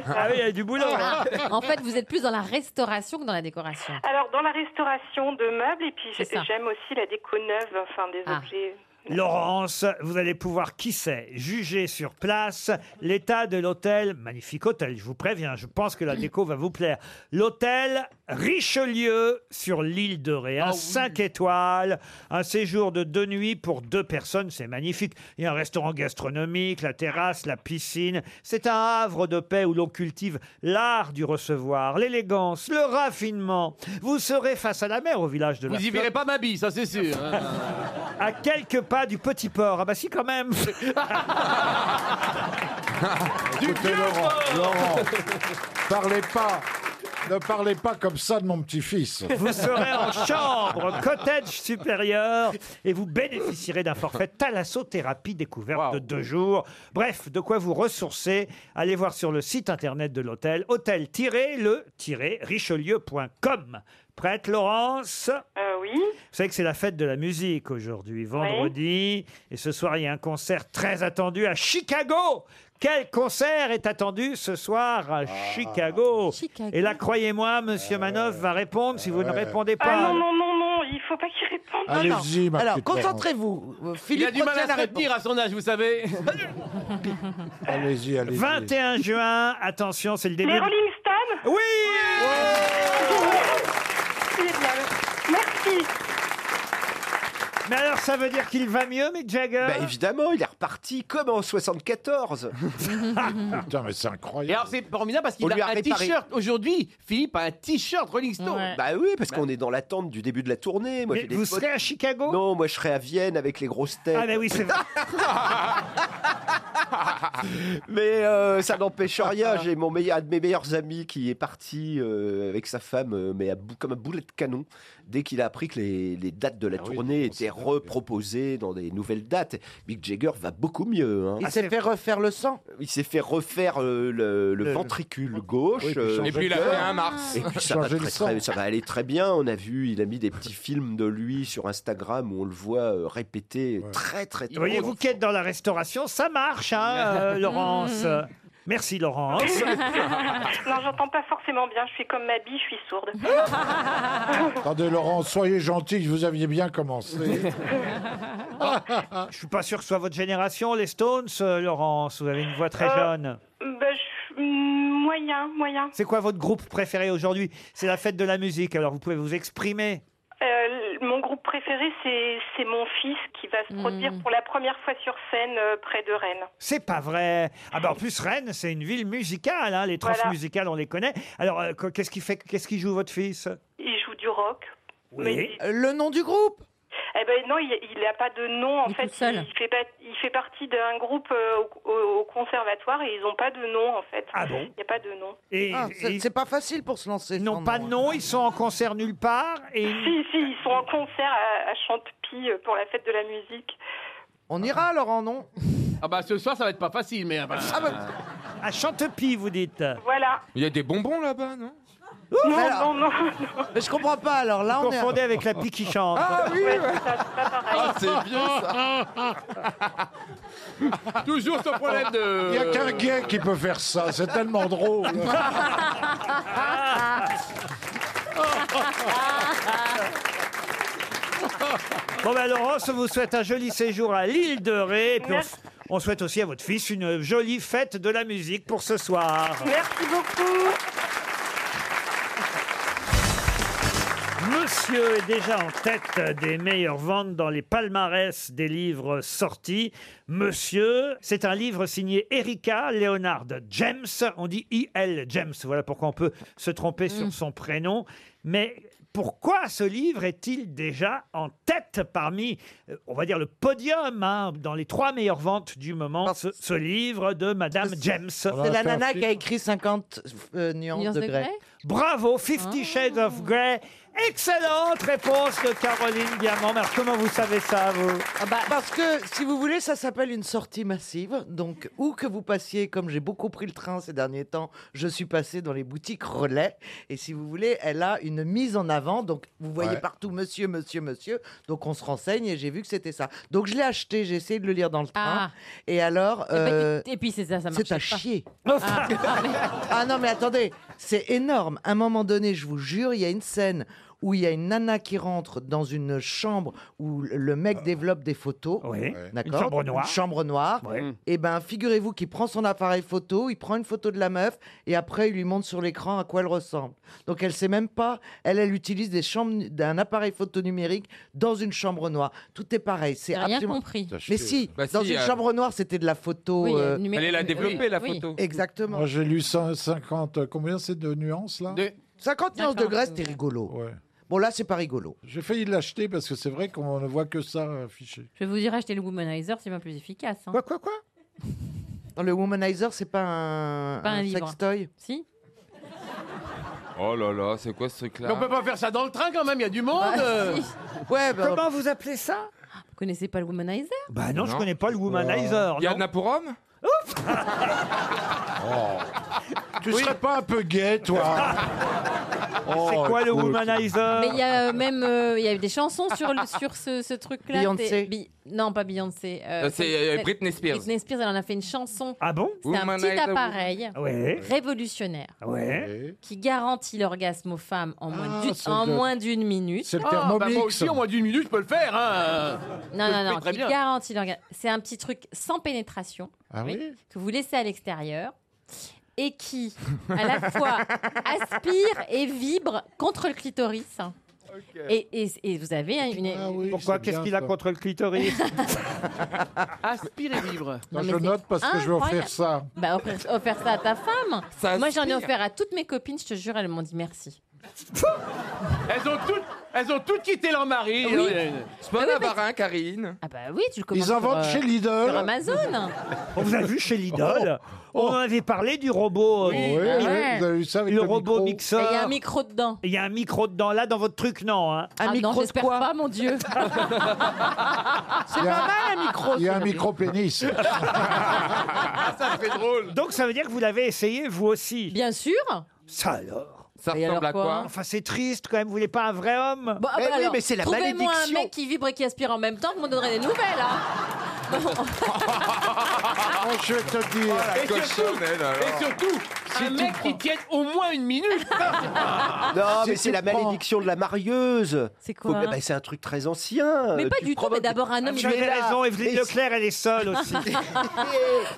S2: Ah oui, il y a du boulot.
S4: Ah, en fait, vous êtes plus dans la restauration que dans la décoration.
S20: Alors, dans la restauration de meubles, et puis
S4: C'est ça. Ah.
S20: j'aime aussi la déco neuve, enfin des objets.
S2: Laurence, vous allez pouvoir, qui sait, juger sur place l'état de l'hôtel, magnifique hôtel, je vous préviens, je pense que la déco va vous plaire. L'hôtel Richelieu sur l'île de Ré,
S11: Ah
S2: un 5 étoiles, un séjour de deux nuits pour deux personnes, c'est magnifique. Il y a un restaurant gastronomique, la terrasse, la piscine. C'est un havre de paix où l'on cultive l'art du recevoir, l'élégance, le raffinement. Vous serez face à la mer au village de la
S11: Vous y
S2: Flotte.
S11: verrez pas ma bille, ça c'est sûr. hein.
S2: À quelques pas du petit port. Ah bah si quand même.
S5: Écoutez, Laurent, Laurent, parlez pas, ne parlez pas comme ça de mon petit-fils.
S2: Vous serez en chambre, cottage supérieur, et vous bénéficierez d'un forfait thalassothérapie découverte de deux jours. Bref, de quoi vous ressourcer. Allez voir sur le site internet de l'hôtel, hôtel-le-richelieu.com. Prête, Laurence
S20: Euh, Oui.
S2: Vous savez que c'est la fête de la musique aujourd'hui, vendredi. Et ce soir, il y a un concert très attendu à Chicago. Quel concert est attendu ce soir à Chicago, Et là, croyez-moi, Monsieur Manoff va répondre si vous ne
S5: ouais.
S2: répondez pas.
S20: Ah non, non, non, non, il faut pas qu'il réponde.
S5: Allez-y, ma
S8: Alors,
S5: petite
S8: concentrez-vous. Euh,
S11: Il a
S8: Philippe
S11: du mal
S8: retient
S11: à
S8: la
S11: se retenir à son âge, vous savez.
S5: Allez-y, allez-y.
S2: 21 juin, attention, c'est le début.
S20: Les
S2: de-
S20: Rolling Stones
S2: Oui
S20: Merci.
S2: Mais alors, ça veut dire qu'il va mieux, Mick Jagger
S10: Bah évidemment, il est reparti comme en 74.
S5: Putain, mais c'est incroyable.
S11: Et alors c'est formidable parce
S10: On
S11: qu'il
S10: lui
S11: a,
S10: a
S11: un
S10: réparé.
S11: t-shirt aujourd'hui. Philippe a un t-shirt Rolling Stone.
S10: Bah oui, parce qu'on est dans l'attente du début de la tournée.
S11: Euh,
S10: Moi,
S11: Mais
S10: j'ai des
S11: vous
S10: potes-
S11: serez à
S2: Chicago
S10: Non, moi je serai à Vienne avec les grosses têtes.
S2: Ah bah oui, c'est vrai.
S10: Mais euh, ça n'empêche rien. J'ai mon meilleur, un de mes meilleurs amis qui est parti euh, avec sa femme, euh, mais à bout- comme un boulet de canon, dès qu'il a appris que les, les dates de la tournée étaient reproposées dans des nouvelles dates. Mick Jagger va beaucoup mieux. hein.
S8: Il s'est fait refaire le sang.
S10: Euh, Il s'est fait refaire euh, le, le ventricule gauche.
S3: Oui, puis
S10: euh,
S3: changer Et puis il a
S10: le
S3: fait
S10: cœur.
S3: un mars.
S10: Et puis ça va,
S3: Changer le
S10: très,
S3: sang.
S10: très- ça va aller très bien. On a vu, il a mis des petits films de lui sur Instagram où on le voit euh, répéter très très tôt.
S2: Voyez-vous qui êtes dans la restauration, ça marche, hein, euh, Laurence. Merci, Laurence.
S20: non, j'entends pas forcément bien. Je suis comme ma bille, je suis sourde.
S5: Attendez, Laurent, soyez gentil, vous aviez bien commencé.
S2: Je suis pas sûr que ce soit votre génération, les Stones, euh, Laurence. Vous avez une voix très
S20: Euh.
S2: jeune.
S20: Bah, je- hmm, moyen, moyen.
S2: C'est quoi votre groupe préféré aujourd'hui C'est la fête de la musique, alors vous pouvez vous exprimer.
S20: Euh, l- mon groupe préféré, c'est c'est mon fils qui va se produire
S4: Mm.
S20: pour la première fois sur scène euh, près de Rennes.
S2: C'est pas vrai. Ah bah en plus Rennes, c'est une ville musicale. hein, Les trans
S20: Voilà.
S2: musicales, on les connaît. Alors euh, qu- qu'est-ce qui fait, qu'est-ce qui joue votre fils
S20: Il joue du rock.
S2: Oui.
S8: Le nom du groupe
S20: Eh ben non, il n'a pas de nom. En fait, il fait, pas- il fait partie d'un groupe euh, au, au- au conservatoire et ils n'ont pas de nom en fait.
S2: Ah bon
S20: Il n'y a pas de nom.
S2: Et,
S8: Ah, c'est-
S2: et-
S8: C'est pas facile pour se lancer.
S2: non, pas de nom. Ils sont en concert nulle part. Et
S20: Si, si, ils sont en concert à, à Chantepie euh, pour la fête de la musique.
S8: On ira, Laurent, non
S11: Ah bah ce soir ça va être pas facile, mais.
S8: Ah bah-
S2: à Chantepie, vous dites.
S20: Voilà.
S3: Il y a des bonbons là-bas, non
S20: non,
S8: Oh, Mais alors-
S20: non, non,
S8: Mais je comprends pas, alors là,
S2: Vous
S8: on est...
S2: confondez avec la pie qui chante.
S3: Ah, c'est vieux ça Toujours ce problème de.
S5: Il n'y a qu'un gay qui peut faire ça, c'est tellement drôle.
S2: Bon ben Laurence, on vous souhaite un joli séjour à l'île de Ré. Et puis on,
S20: Merci.
S2: on souhaite aussi à votre fils une jolie fête de la musique pour ce soir.
S20: Merci beaucoup.
S2: Monsieur est déjà en tête des meilleures ventes dans les palmarès des livres sortis. Monsieur, c'est un livre signé Erika Leonard James. On dit I.L. James. Voilà pourquoi on peut se tromper
S8: Mm.
S2: sur son prénom. Mais pourquoi ce livre est-il déjà en tête parmi, euh, on va dire, le podium hein, dans les trois meilleures ventes du moment Ce, ce livre de Madame James.
S8: C'est la nana qui a écrit 50 euh, nuances,
S2: Nuances
S8: de
S2: de
S8: grey.
S2: grey Ah. Bravo, Fifty Shades of Grey. Excellente réponse de Caroline Diamant. Mais alors, comment vous savez ça, vous
S8: Ah bah, Parce que, si vous voulez, ça s'appelle une sortie massive. Donc, où que vous passiez, comme j'ai beaucoup pris le train ces derniers temps, je suis passé dans les boutiques relais. Et si vous voulez, elle a une mise en avant. Donc, vous voyez
S21: Ouais.
S8: partout monsieur, monsieur, monsieur. Donc, on se renseigne et j'ai vu que c'était ça. Donc, je l'ai acheté, j'ai essayé de le lire dans le train.
S4: Ah.
S8: Et alors.
S4: Et puis-
S8: euh,
S4: Et puis c'est ça, ça marche.
S8: c'est à
S4: pas.
S8: chier.
S4: Ah, ah, mais-
S8: Ah non, mais attendez, c'est énorme. À un moment donné, je vous jure, il y a une scène où il y a une nana qui rentre dans une chambre où le mec développe des photos.
S3: Oui.
S8: D'accord
S3: Une chambre noire.
S8: chambre noire.
S3: Ouais.
S8: Et ben, figurez-vous qu'il prend son appareil photo, il prend une photo de la meuf et après il lui montre sur l'écran à quoi elle ressemble. Donc elle sait même pas. Elle, elle utilise des chambres nu- d'un appareil photo numérique dans une chambre noire. Tout est pareil. C'est
S4: T'as rien
S8: absolument-
S4: compris.
S8: Mais si,
S9: Bah
S8: dans
S9: si,
S8: une
S9: euh,
S8: chambre noire, c'était de la photo.
S4: Oui,
S8: euh,
S4: numérique. Fallait la développer, Oui, la oui. photo.
S8: Exactement.
S5: Moi, j'ai lu 150. Combien c'est de nuances là
S8: 50 nuances de grès, c'était rigolo. Bon, là, c'est pas rigolo.
S5: J'ai failli l'acheter parce que c'est vrai qu'on ne voit que ça affiché.
S4: Je vais vous dire, acheter le Womanizer, c'est bien plus efficace. hein. Quoi,
S8: quoi, quoi Dans le Womanizer, c'est pas un,
S4: Pas un livre.
S8: sextoy
S4: Si.
S9: Oh là là, c'est quoi ce truc-là
S11: Mais on peut pas faire ça dans le train quand même, il y a du monde. euh.
S8: Ouais,
S11: bah, Comment
S3: vous appelez ça
S4: Ah, Vous connaissez pas le Womanizer
S3: Bah non, je connais pas le womanizer. Il y en
S9: a pour homme Oh.
S4: Ah,
S5: Tu serais pas un peu gay, toi
S3: C'est
S4: Oh,
S3: quoi le
S5: écoute.
S3: womanizer
S4: Mais il y a euh, même euh, il y a eu des chansons sur, le- sur ce, ce truc-là.
S9: Beyoncé.
S4: C'est Bi- Non, pas Beyoncé. euh,
S9: Euh, c'est,
S4: comme-
S9: euh, Britney Spears.
S4: Britney Spears, elle en a fait une chanson.
S3: Ah bon
S4: C'est un
S9: Womanizer,
S4: petit appareil
S2: Ah
S3: Ah Ouais.
S4: révolutionnaire
S3: Ouais.
S4: qui garantit l'orgasme aux femmes en moins
S11: Ah,
S4: d'une-
S11: c'est
S4: en
S11: le-
S4: moins d'une minute.
S11: Ah, bah, moi aussi, en moins d'une minute, je peux le faire. Hein.
S4: Non,
S11: Je
S4: non,
S11: le fais
S4: non,
S11: très
S4: qui
S11: bien.
S4: garantit l'orgasme. C'est un petit truc sans pénétration
S5: Ah oui
S4: que vous laissez à l'extérieur et qui, à la fois, aspire et vibre contre le clitoris. Et, et- et vous avez hein, une.
S3: Pourquoi Qu'est-ce qu'il a contre le clitoris
S11: Aspire et Ah, vivre.
S4: Non, mais c'est incroyable. Bah, offrir, offrir ça à ta femme.
S11: Ça
S4: Moi, j'en ai
S11: aspire.
S4: offert à toutes mes copines, je te jure, elles m'ont dit merci.
S11: Elles ont toutes, elles ont toutes quitté leur mari.
S4: Ah
S11: Euh,
S4: Oui.
S9: C'est pas un barin, Karine.
S4: Ah bah oui, tu le commandes. sur, euh, Sur Amazon. Ah, bah
S3: On vous a vu chez Lidl. On en avait parlé du robot. euh,
S4: Oui, Oui, ah ouais. vous avez eu ça avec
S3: le
S4: le
S3: robot
S4: micro.
S3: mixeur.
S4: Et il y a un micro dedans.
S3: Il y a un micro dedans. Là, dans votre truc, non. hein.
S4: ah non, j'espère pas, mon Dieu.
S3: C'est pas mal un micro.
S5: Il y a un micro-pénis.
S3: ça fait drôle. Donc ça veut dire que vous l'avez essayé vous aussi.
S4: Bien sûr.
S3: Ça alors.
S9: Ça
S4: Et ressemble alors à quoi quoi
S3: Enfin c'est triste quand même. Vous voulez pas un vrai homme
S2: Eh
S4: Bon, ah, bah, alors, Trouvez-moi un mec qui vibre et qui aspire en même temps, vous me donnerez des nouvelles. hein. Bon.
S5: Oh, je vais te dire.
S4: Oh,
S11: et, surtout, et surtout,
S4: Ah,
S11: un mec qui tienne au moins une minute.
S3: Ah,
S10: Non, mais c'est la malédiction de la marieuse.
S4: C'est
S10: quoi C'est un truc très ancien.
S4: Mais
S10: Euh,
S4: pas
S10: tu
S4: du tout,
S10: provoques-
S4: mais d'abord un homme.
S10: Tu
S4: il
S10: avais
S4: est là.
S10: raison,
S3: Evelyne
S10: Mais-
S3: Leclerc, elle est seule aussi.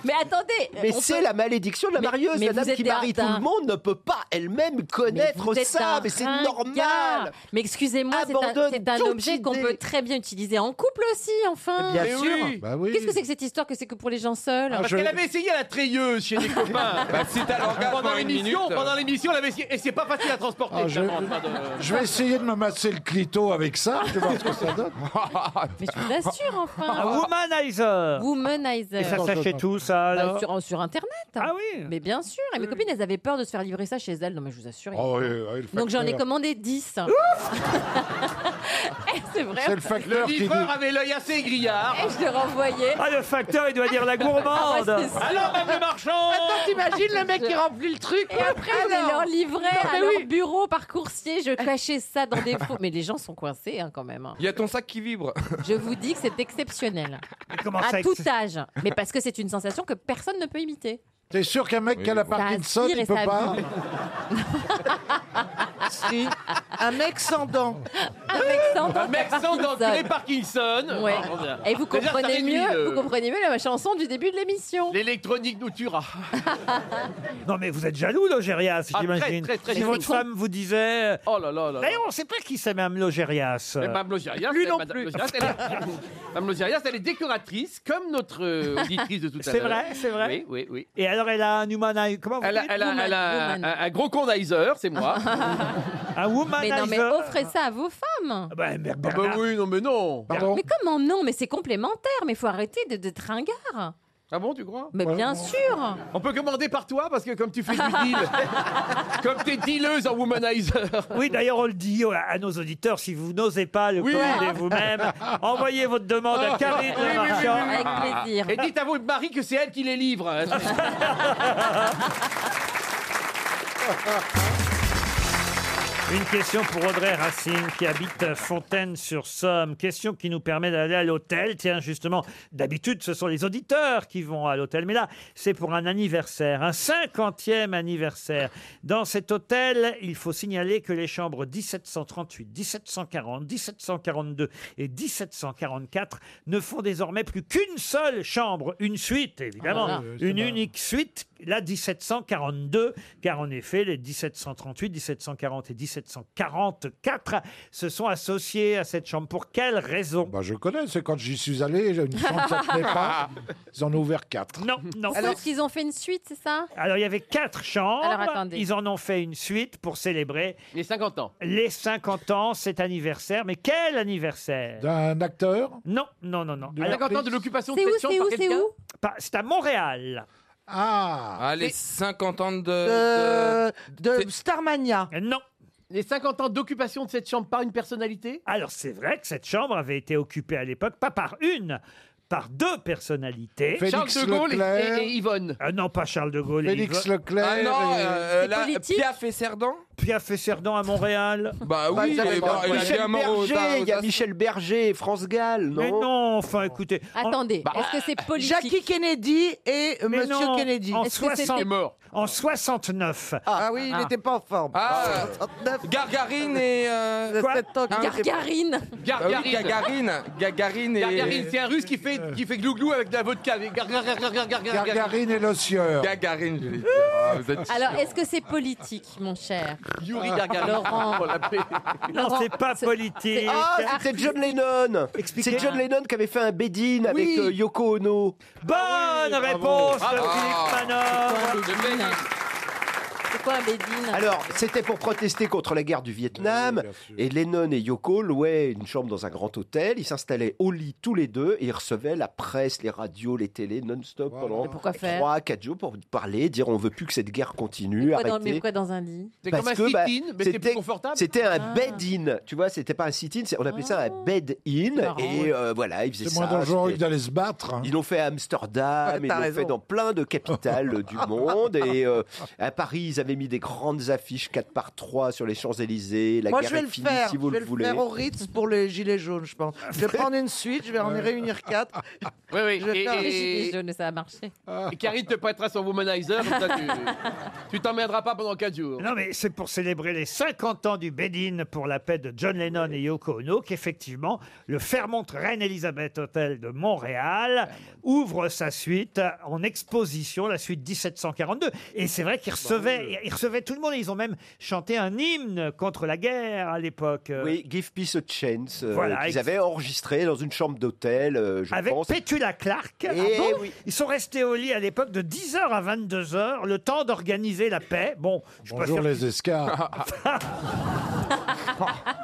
S4: mais attendez.
S10: Mais
S4: on
S10: c'est
S4: peut-
S10: la malédiction de la
S4: Mais-
S10: marieuse.
S4: mais
S10: la
S4: vous
S10: dame
S4: êtes
S10: qui
S4: des
S10: marie tout
S4: radins.
S10: le monde ne peut pas elle-même connaître
S4: vous êtes
S10: ça.
S4: un
S10: Mais c'est
S4: ringard.
S10: normal.
S4: Mais excusez-moi, c'est un,
S10: Abandonne
S4: c'est un
S10: toute
S4: objet qu'on
S10: idée.
S4: peut très bien utiliser en couple aussi,
S10: Mais
S4: enfin.
S10: bien Mais sûr. oui.
S5: Bah oui.
S4: Qu'est-ce que c'est que cette histoire que c'est que pour les gens seuls
S11: Parce qu'elle avait essayé à la treilleuse chez des copains.
S9: Bah, si t'as l'orgasme
S11: pendant
S9: en une
S11: l'émission,
S9: minute.
S11: pendant l'émission, elle avait essayé. Et c'est pas facile à transporter.
S5: Ah, je-
S11: évidemment, pas de-
S5: Je vais essayer de me masser le clito avec ça. Je vais voir ce que ça donne.
S4: Mais je vous assure, hein.
S3: Un
S4: enfin.
S3: womanizer.
S4: Womanizer.
S3: Ah, Et ça s'achète tout ça
S4: Bah,
S3: alors
S4: sur, sur Internet.
S3: Ah oui
S4: Mais bien sûr. Et mes copines, elles avaient peur de se faire livrer ça chez elles. Non, mais je vous assure.
S5: Oh, oui, oui, le
S4: Donc j'en ai
S5: facteur.
S4: commandé 10. Eh, c'est vrai.
S5: C'est le facteur
S11: Le
S5: qui dit.
S11: livreur avait l'œil assez grillard.
S4: Et je le renvoyais.
S3: Ah le facteur il doit dire la gourmande.
S4: Ah ouais, c'est ça.
S11: Alors, même le marchand
S13: Attends, t'imagines le mec qui remplit le truc
S4: Et après, on les leur livrait
S13: Non, mais
S4: à leur
S13: oui.
S4: bureau par coursier. Je cachais ça dans des faux. Mais les gens sont coincés hein, quand même. hein.
S9: Il y a ton sac qui vibre.
S4: Je vous dis que c'est exceptionnel.
S3: comment
S4: à
S3: ça,
S4: tout
S3: ex-
S4: âge. Mais parce que c'est une sensation que personne ne peut imiter.
S5: T'es sûr qu'un mec qui a la
S4: Ça
S5: Parkinson,
S4: aspire
S5: il
S4: et
S5: peut
S4: ça
S5: pas
S4: vibre.
S8: Si, un mec sans dents.
S4: Un mec sans dents.
S11: Un mec sans dents,
S4: Parkinson.
S11: les Parkinson.
S4: Ouais.
S11: Oh, bien.
S4: Et vous
S11: Déjà, ça
S4: comprenez
S11: réduit
S4: mieux,
S11: le-
S9: euh,
S4: vous comprenez mieux la chanson du début de l'émission.
S11: L'électronique nous tuera.
S3: Non mais vous êtes jaloux Logérias,
S11: Ah, très,
S3: j'imagine.
S11: très, très
S3: Si
S11: jaloux.
S3: votre femme vous disait.
S11: Oh là là là.
S3: D'ailleurs on sait pas qui c'est Mme Logérias.
S11: Mais Mme Logérias,
S3: Lui
S11: elle-
S3: non
S11: Madame
S3: plus.
S11: Logérias, elle est- Mme Logérias, elle est décoratrice, comme notre euh, auditrice de tout à l'heure.
S3: C'est vrai, c'est vrai.
S11: Oui, oui, oui.
S3: Et alors elle a un humanizer. Comment vous
S11: Elle a,
S3: dites
S11: elle a- elle a un, un- un gros condizer, c'est moi.
S3: Un
S4: Mais oh.
S3: womanizer.
S4: non, mais offrez ça à vos femmes.
S3: Bah,
S2: ben,
S3: mais
S11: Ah bah oui, non mais non.
S4: Mais comment non Mais c'est complémentaire. Mais faut arrêter de, de tringard.
S11: Ah bon, tu crois
S4: Mais bien sûr.
S11: On peut commander par toi parce que comme tu fais du deal, comme t'es dealeuse en womanizer.
S3: Oui, d'ailleurs, on le dit euh, à- à nos auditeurs, si vous n'osez pas le
S11: Oui. Oh.
S3: commander vous-même, envoyez votre demande à Karine
S11: Oui,
S3: Le
S11: oui, oui, oui,
S3: Marchand.
S11: oui. Et dites à votre mari que c'est elle qui les livre.
S2: Une question pour Audrey Racine qui habite Fontaine-sur-Somme. Question qui nous permet d'aller à l'hôtel. Tiens, justement, d'habitude, ce sont les auditeurs qui vont à l'hôtel. Mais là, c'est pour un anniversaire, un cinquantième anniversaire. Dans cet hôtel, il faut signaler que les chambres 1738, 1740, 1742 et 1744 ne font désormais plus qu'une seule chambre, une suite, évidemment,
S3: Ah, oui, oui,
S2: une
S3: c'est
S2: unique unique suite, la 1742, car en effet, les 1738, 1740 et 1744 se sont associés à cette chambre. Pour quelle raison
S5: Bah, Je connais, c'est quand j'y suis allé, j'ai une chambre, ça tenait pas. Ils en ont ouvert quatre.
S2: Non, non.
S4: Alors, qu'ils ont fait une suite, c'est ça
S2: Alors, il y avait quatre chambres.
S4: Alors, attendez.
S2: Ils en ont fait une suite pour célébrer
S11: Les 50 ans.
S2: les 50 ans, cet anniversaire. Mais quel anniversaire
S5: D'un acteur
S2: Non, non, non, non.
S5: D'une
S2: Alors-
S5: actrice
S11: l'occupation
S2: de C'est cette où, chambre c'est par où, c'est quelqu'un où Pas- C'est à Montréal.
S5: Ah
S9: Ah, les 50 ans de.
S11: Euh,
S2: Euh,
S11: De,
S9: de
S11: Starmania.
S2: Non.
S11: Les 50 ans d'occupation de cette chambre par une personnalité
S2: Alors c'est vrai que cette chambre avait été occupée à l'époque, pas par une, par deux personnalités.
S11: Félix Charles de Gaulle et- Leclerc. et- et Yvonne.
S2: Ah non, pas Charles de Gaulle
S5: Félix
S2: et Yvonne.
S5: Leclerc
S9: Ah non, et- euh, la-
S2: politique
S9: Piaf et Cerdan
S2: Piaf et Cerdan à Montréal.
S9: Bah oui,
S10: il y a,
S9: mais bon, il a
S10: Michel
S9: bien mort aux-
S10: Berger, il y a
S9: aux-
S10: Michel Berger, France Gall, non
S2: Mais non, enfin écoutez.
S4: Attendez,
S10: Bah,
S4: est-ce que c'est politique
S8: Jackie Kennedy et euh,
S2: Mais
S8: Monsieur
S2: non,
S8: Kennedy.
S2: En, 60 en 69.
S8: Ah, oui, il n'était pas en forme.
S9: Ah, Gargarine et. euh,
S8: Quoi
S4: Gargarine
S9: Ah oui, Gagarine. Gagarine et.
S11: Gargarine, c'est un russe qui fait, qui fait glouglou avec de la vodka. Gar- gar- gar- gar- gar- gar- gar-
S5: Gargarine et l'ossieur.
S9: Gagarine, je l'ai dit. Ah, vous êtes-
S4: Alors, est-ce que c'est politique, mon cher Ah,
S11: Yuri Gagarin,
S4: Laurent.
S11: on l'appelait.
S2: Non, c'est pas politique.
S10: Ah, c'était John Lennon. C'est John Lennon qui avait fait un bed-in avec euh, Yoko Ono.
S9: Bah
S2: Bonne réponse de Philippe Manor.
S4: C'est quoi un bédine
S10: Alors, c'était pour protester contre la guerre du Vietnam. et Lennon et Yoko louaient une chambre dans un grand hôtel. Ils s'installaient au lit tous les deux et ils recevaient la presse, les radios, les télés non-stop pendant
S4: pourquoi faire
S10: 3 4 jours pour parler, dire on veut plus que cette guerre continue,
S4: Pourquoi dans- Mais
S10: arrêtez.
S4: pourquoi dans un lit
S11: C'est
S10: Parce
S11: comme un
S10: que, bah,
S11: sit-in, mais c'est plus
S10: c'était-
S11: confortable.
S10: C'était un
S4: Ah.
S10: bed-in, tu vois, c'était pas un sit-in, c'est- on appelait ça un
S5: C'est
S10: bed-in.
S5: marrant,
S10: Et
S5: oui.
S10: euh, voilà, ils faisaient ça.
S5: C'est moins dangereux
S10: c'était-
S5: que d'aller se battre. hein.
S10: ils l'ont fait à Amsterdam,
S5: Ouais,
S10: ils
S5: t'as
S10: l'ont
S5: raison.
S10: fait dans plein de capitales euh, du monde. Et euh, à Paris, ils avaient mis des grandes affiches 4 par 3 sur les Champs-Élysées. La
S8: Moi, je
S10: guerre
S8: vais
S10: est
S8: le
S10: finie
S8: faire.
S10: si vous
S8: je vais
S10: le
S8: le,
S10: voulez.
S8: faire au Ritz pour les gilets jaunes, je pense. Je vais prendre une suite, je vais
S2: Euh.
S8: en réunir quatre.
S11: Oui, oui.
S8: Je-
S11: Et,
S8: non.
S4: Les
S11: et,
S4: gilets jaunes, ça a marché.
S11: et Karine te prêtera son womanizer, comme ça tu- tu t'emmerderas pas pendant 4 jours.
S2: Non, mais c'est pour célébrer les 50 ans du Bédine pour la paix de John Lennon et Yoko Ono qu'effectivement, le Fairmont Reine Elizabeth Hotel de Montréal ouvre sa suite en exposition, la suite 1742. Et c'est vrai qu'ils
S10: Bah
S2: recevaient, ils recevaient tout le monde. Ils ont même chanté un hymne contre la guerre à l'époque. euh,
S10: Oui, Give Peace a Chance. euh,
S2: Voilà,
S10: qu'ils
S2: ex-
S10: avaient enregistré dans une chambre d'hôtel, euh, je
S2: Avec
S10: pense.
S2: Petula Clark. Ah
S10: Eh oui.
S2: Ils sont restés au lit à l'époque de 10h à 22h, le temps d'organiser la paix. Bon, je suis pas
S5: Bonjour
S2: sûr
S5: les escarres.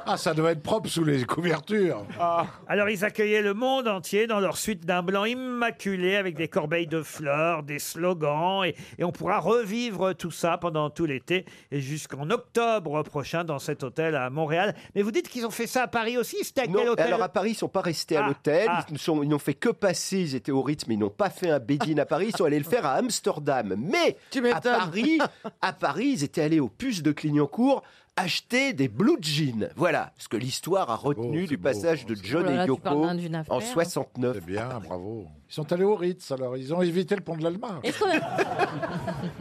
S5: ah, ça doit être propre sous les couvertures.
S10: Ah.
S2: Alors ils accueillaient le monde entier dans leur suite d'un blanc immaculé avec des corbeilles de fleurs, des slogans et, et on pourra revivre tout ça pendant tout l'été et jusqu'en octobre prochain dans cet hôtel à Montréal. Mais vous dites qu'ils ont fait ça à Paris aussi C'était à
S10: Non,
S2: quel hôtel Ah,
S10: alors à Paris, ils sont pas restés à l'hôtel. Ils ne sont- Ils n'ont fait que passer. Ils étaient au rythme. Ils n'ont pas fait un bed-in à Paris. Ils sont allés le faire à Amsterdam. Mais à Paris, à Paris, ils étaient allés aux puces de Clignancourt acheter des blue jeans. Voilà ce que l'histoire a retenu
S5: Oh,
S10: du passage de John
S4: Oh là là,
S10: et
S4: tu parles
S10: Yoko
S4: d'un- d'une affaire,
S10: en
S4: hein.
S10: 69.
S5: hein, C'est bien, Ah, bravo. Ils sont allés au Ritz, alors. Ils ont évité le pont de l'Allemagne.
S4: Est-ce qu'on a-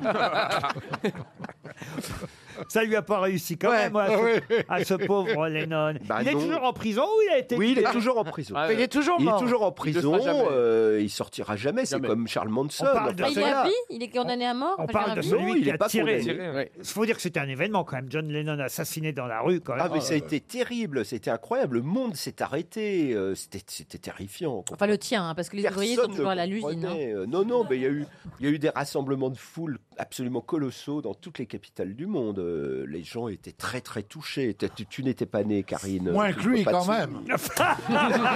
S3: Ah.
S2: Ça lui a pas réussi quand même à, ce, à ce pauvre Lennon.
S10: Bah
S2: il est
S10: non.
S2: toujours en prison ou il a été
S10: Oui, il
S2: libéré
S10: est toujours en prison.
S2: Ah, Mais il est toujours
S10: Il est
S2: mort.
S10: toujours en
S2: Il le
S10: prison.
S2: sera
S10: euh, Il,
S2: jamais.
S10: sortira jamais. C'est comme Charles Manson.
S2: On parle de
S10: enfin,
S4: Ah, il est
S10: voilà.
S4: à vie Il est condamné à mort
S2: On
S4: Enfin,
S2: parle de
S4: je veux dire à vie
S2: celui
S10: Non, il
S2: qui
S10: est
S2: a
S10: pas
S2: tiré.
S10: condamné.
S2: Il faut dire que c'était un événement quand même. John Lennon assassiné dans la rue quand même. Euh,
S10: Ah, mais ça a été terrible, c'était incroyable. Le monde s'est arrêté, euh, c'était c'était terrifiant. quoi.
S4: Enfin, le tien, hein, parce que les ouvriers sont
S10: Personne ne
S4: toujours à la l'usine. hein.
S10: comprenait. Euh, Non, non, mais il y, a eu- il y a eu des rassemblements de foule absolument colossaux dans toutes les capitales du monde. Euh, les gens étaient très, très touchés. T'as- Tu, tu n'étais pas né, Karine.
S5: Moins
S10: Tu
S5: que
S10: peux
S5: lui,
S10: pas te
S5: quand
S10: souvenir.
S5: même.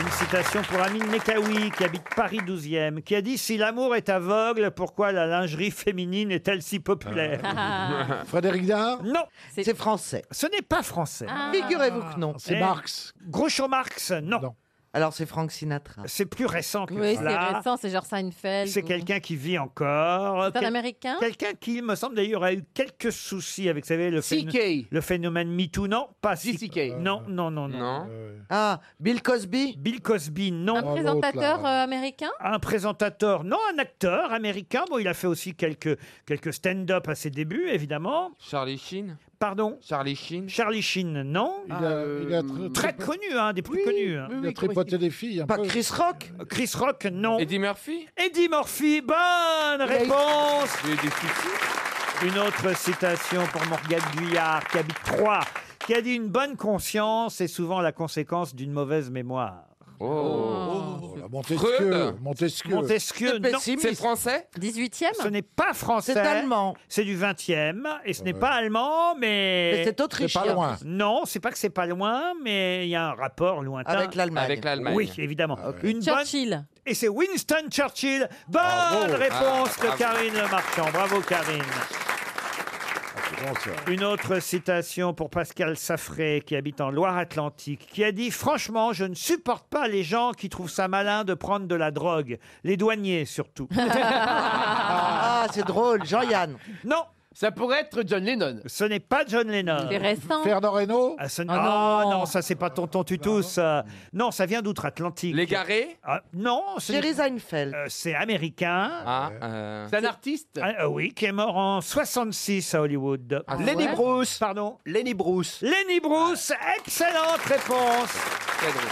S2: Une citation pour Amine Mekaoui, qui habite Paris 12e, qui a dit Si l'amour est aveugle, pourquoi la lingerie féminine est-elle si populaire
S4: Ah.
S5: Frédéric Dard
S2: Non
S8: C'est français. Ah.
S2: Ce n'est pas français.
S8: Figurez-vous que non.
S5: C'est
S2: Eh,
S5: Marx.
S2: Groucho Marx, non.
S8: Alors c'est Frank Sinatra.
S2: C'est plus récent que
S4: Oui, c'est
S2: cela.
S4: récent, c'est genre Seinfeld.
S2: C'est
S4: ou-
S2: quelqu'un qui vit encore.
S4: C'est un
S2: Quel-
S4: Américain
S2: Quelqu'un qui, il me semble d'ailleurs, a eu quelques soucis avec, vous savez, le, phén-
S8: CK.
S2: le phénomène MeToo. Non, pas CK. Non, non, non, non.
S8: Ah, Bill Cosby
S2: Bill Cosby, non.
S4: Un présentateur euh, américain
S2: Un présentateur, non, un acteur américain. Bon, il a fait aussi quelques, quelques stand-up à ses débuts, évidemment.
S15: Charlie Sheen
S2: Pardon
S15: Charlie Sheen
S2: Charlie Sheen, non.
S15: Il a- Ah, il a euh,
S2: très
S15: très-
S2: connu, hein, des plus connus. hein.
S5: Il a tripoté des filles. un peu.
S2: Rock Chris Rock, non.
S15: Eddie Murphy
S2: Eddie Murphy, bonne réponse
S15: Il y a eu des soucis
S2: Une autre citation pour Morgane Guyard, qui habite Troyes, qui a dit « Une bonne conscience est souvent la conséquence d'une mauvaise mémoire ».
S5: Oh, la Montesquieu,
S2: Freud.
S5: Montesquieu.
S2: Montesquieu, non.
S15: français
S4: 18e
S2: Ce n'est pas français.
S8: C'est allemand.
S2: C'est du 20e. Et ce n'est pas allemand, mais.
S8: Mais c'est autrichien. C'est pas loin.
S2: Non, c'est pas que c'est pas loin, mais il y a un rapport lointain.
S8: Avec l'Allemagne. Avec l'Allemagne.
S2: Oui, évidemment. Une bonne-
S4: Churchill.
S2: Et c'est Winston Churchill. Bonne
S15: Bravo.
S2: réponse
S15: Ah,
S2: de
S15: bravo.
S2: Karine Le Marchand. Bravo, Karine. Une autre citation pour Pascal Saffré, qui habite en Loire-Atlantique, qui a dit Franchement, je ne supporte pas les gens qui trouvent ça malin de prendre de la drogue. Les douaniers, surtout.
S8: Ah, c'est drôle, Jean-Yann.
S2: non
S9: Ça pourrait être John Lennon.
S2: Ce n'est pas John Lennon.
S4: C'est récent.
S5: Euh, Fernand Reynaud
S2: Ah, ce-
S4: Oh
S2: Ah,
S4: non.
S2: non, ça c'est pas Tonton Tutus. euh, Non, ça vient d'outre-Atlantique.
S15: Légaré
S2: Ah, Non, ce n'est-
S8: Jerry Seinfeld.
S2: Euh, c'est américain.
S15: Ah, euh,
S9: C'est un artiste
S2: Ah, euh, oui, qui est mort en 66 à Hollywood.
S8: Ah
S11: Lenny
S2: Ouais.
S11: Bruce.
S2: Pardon
S11: Lenny Bruce.
S2: Lenny Bruce, excellente réponse.
S15: très drôle.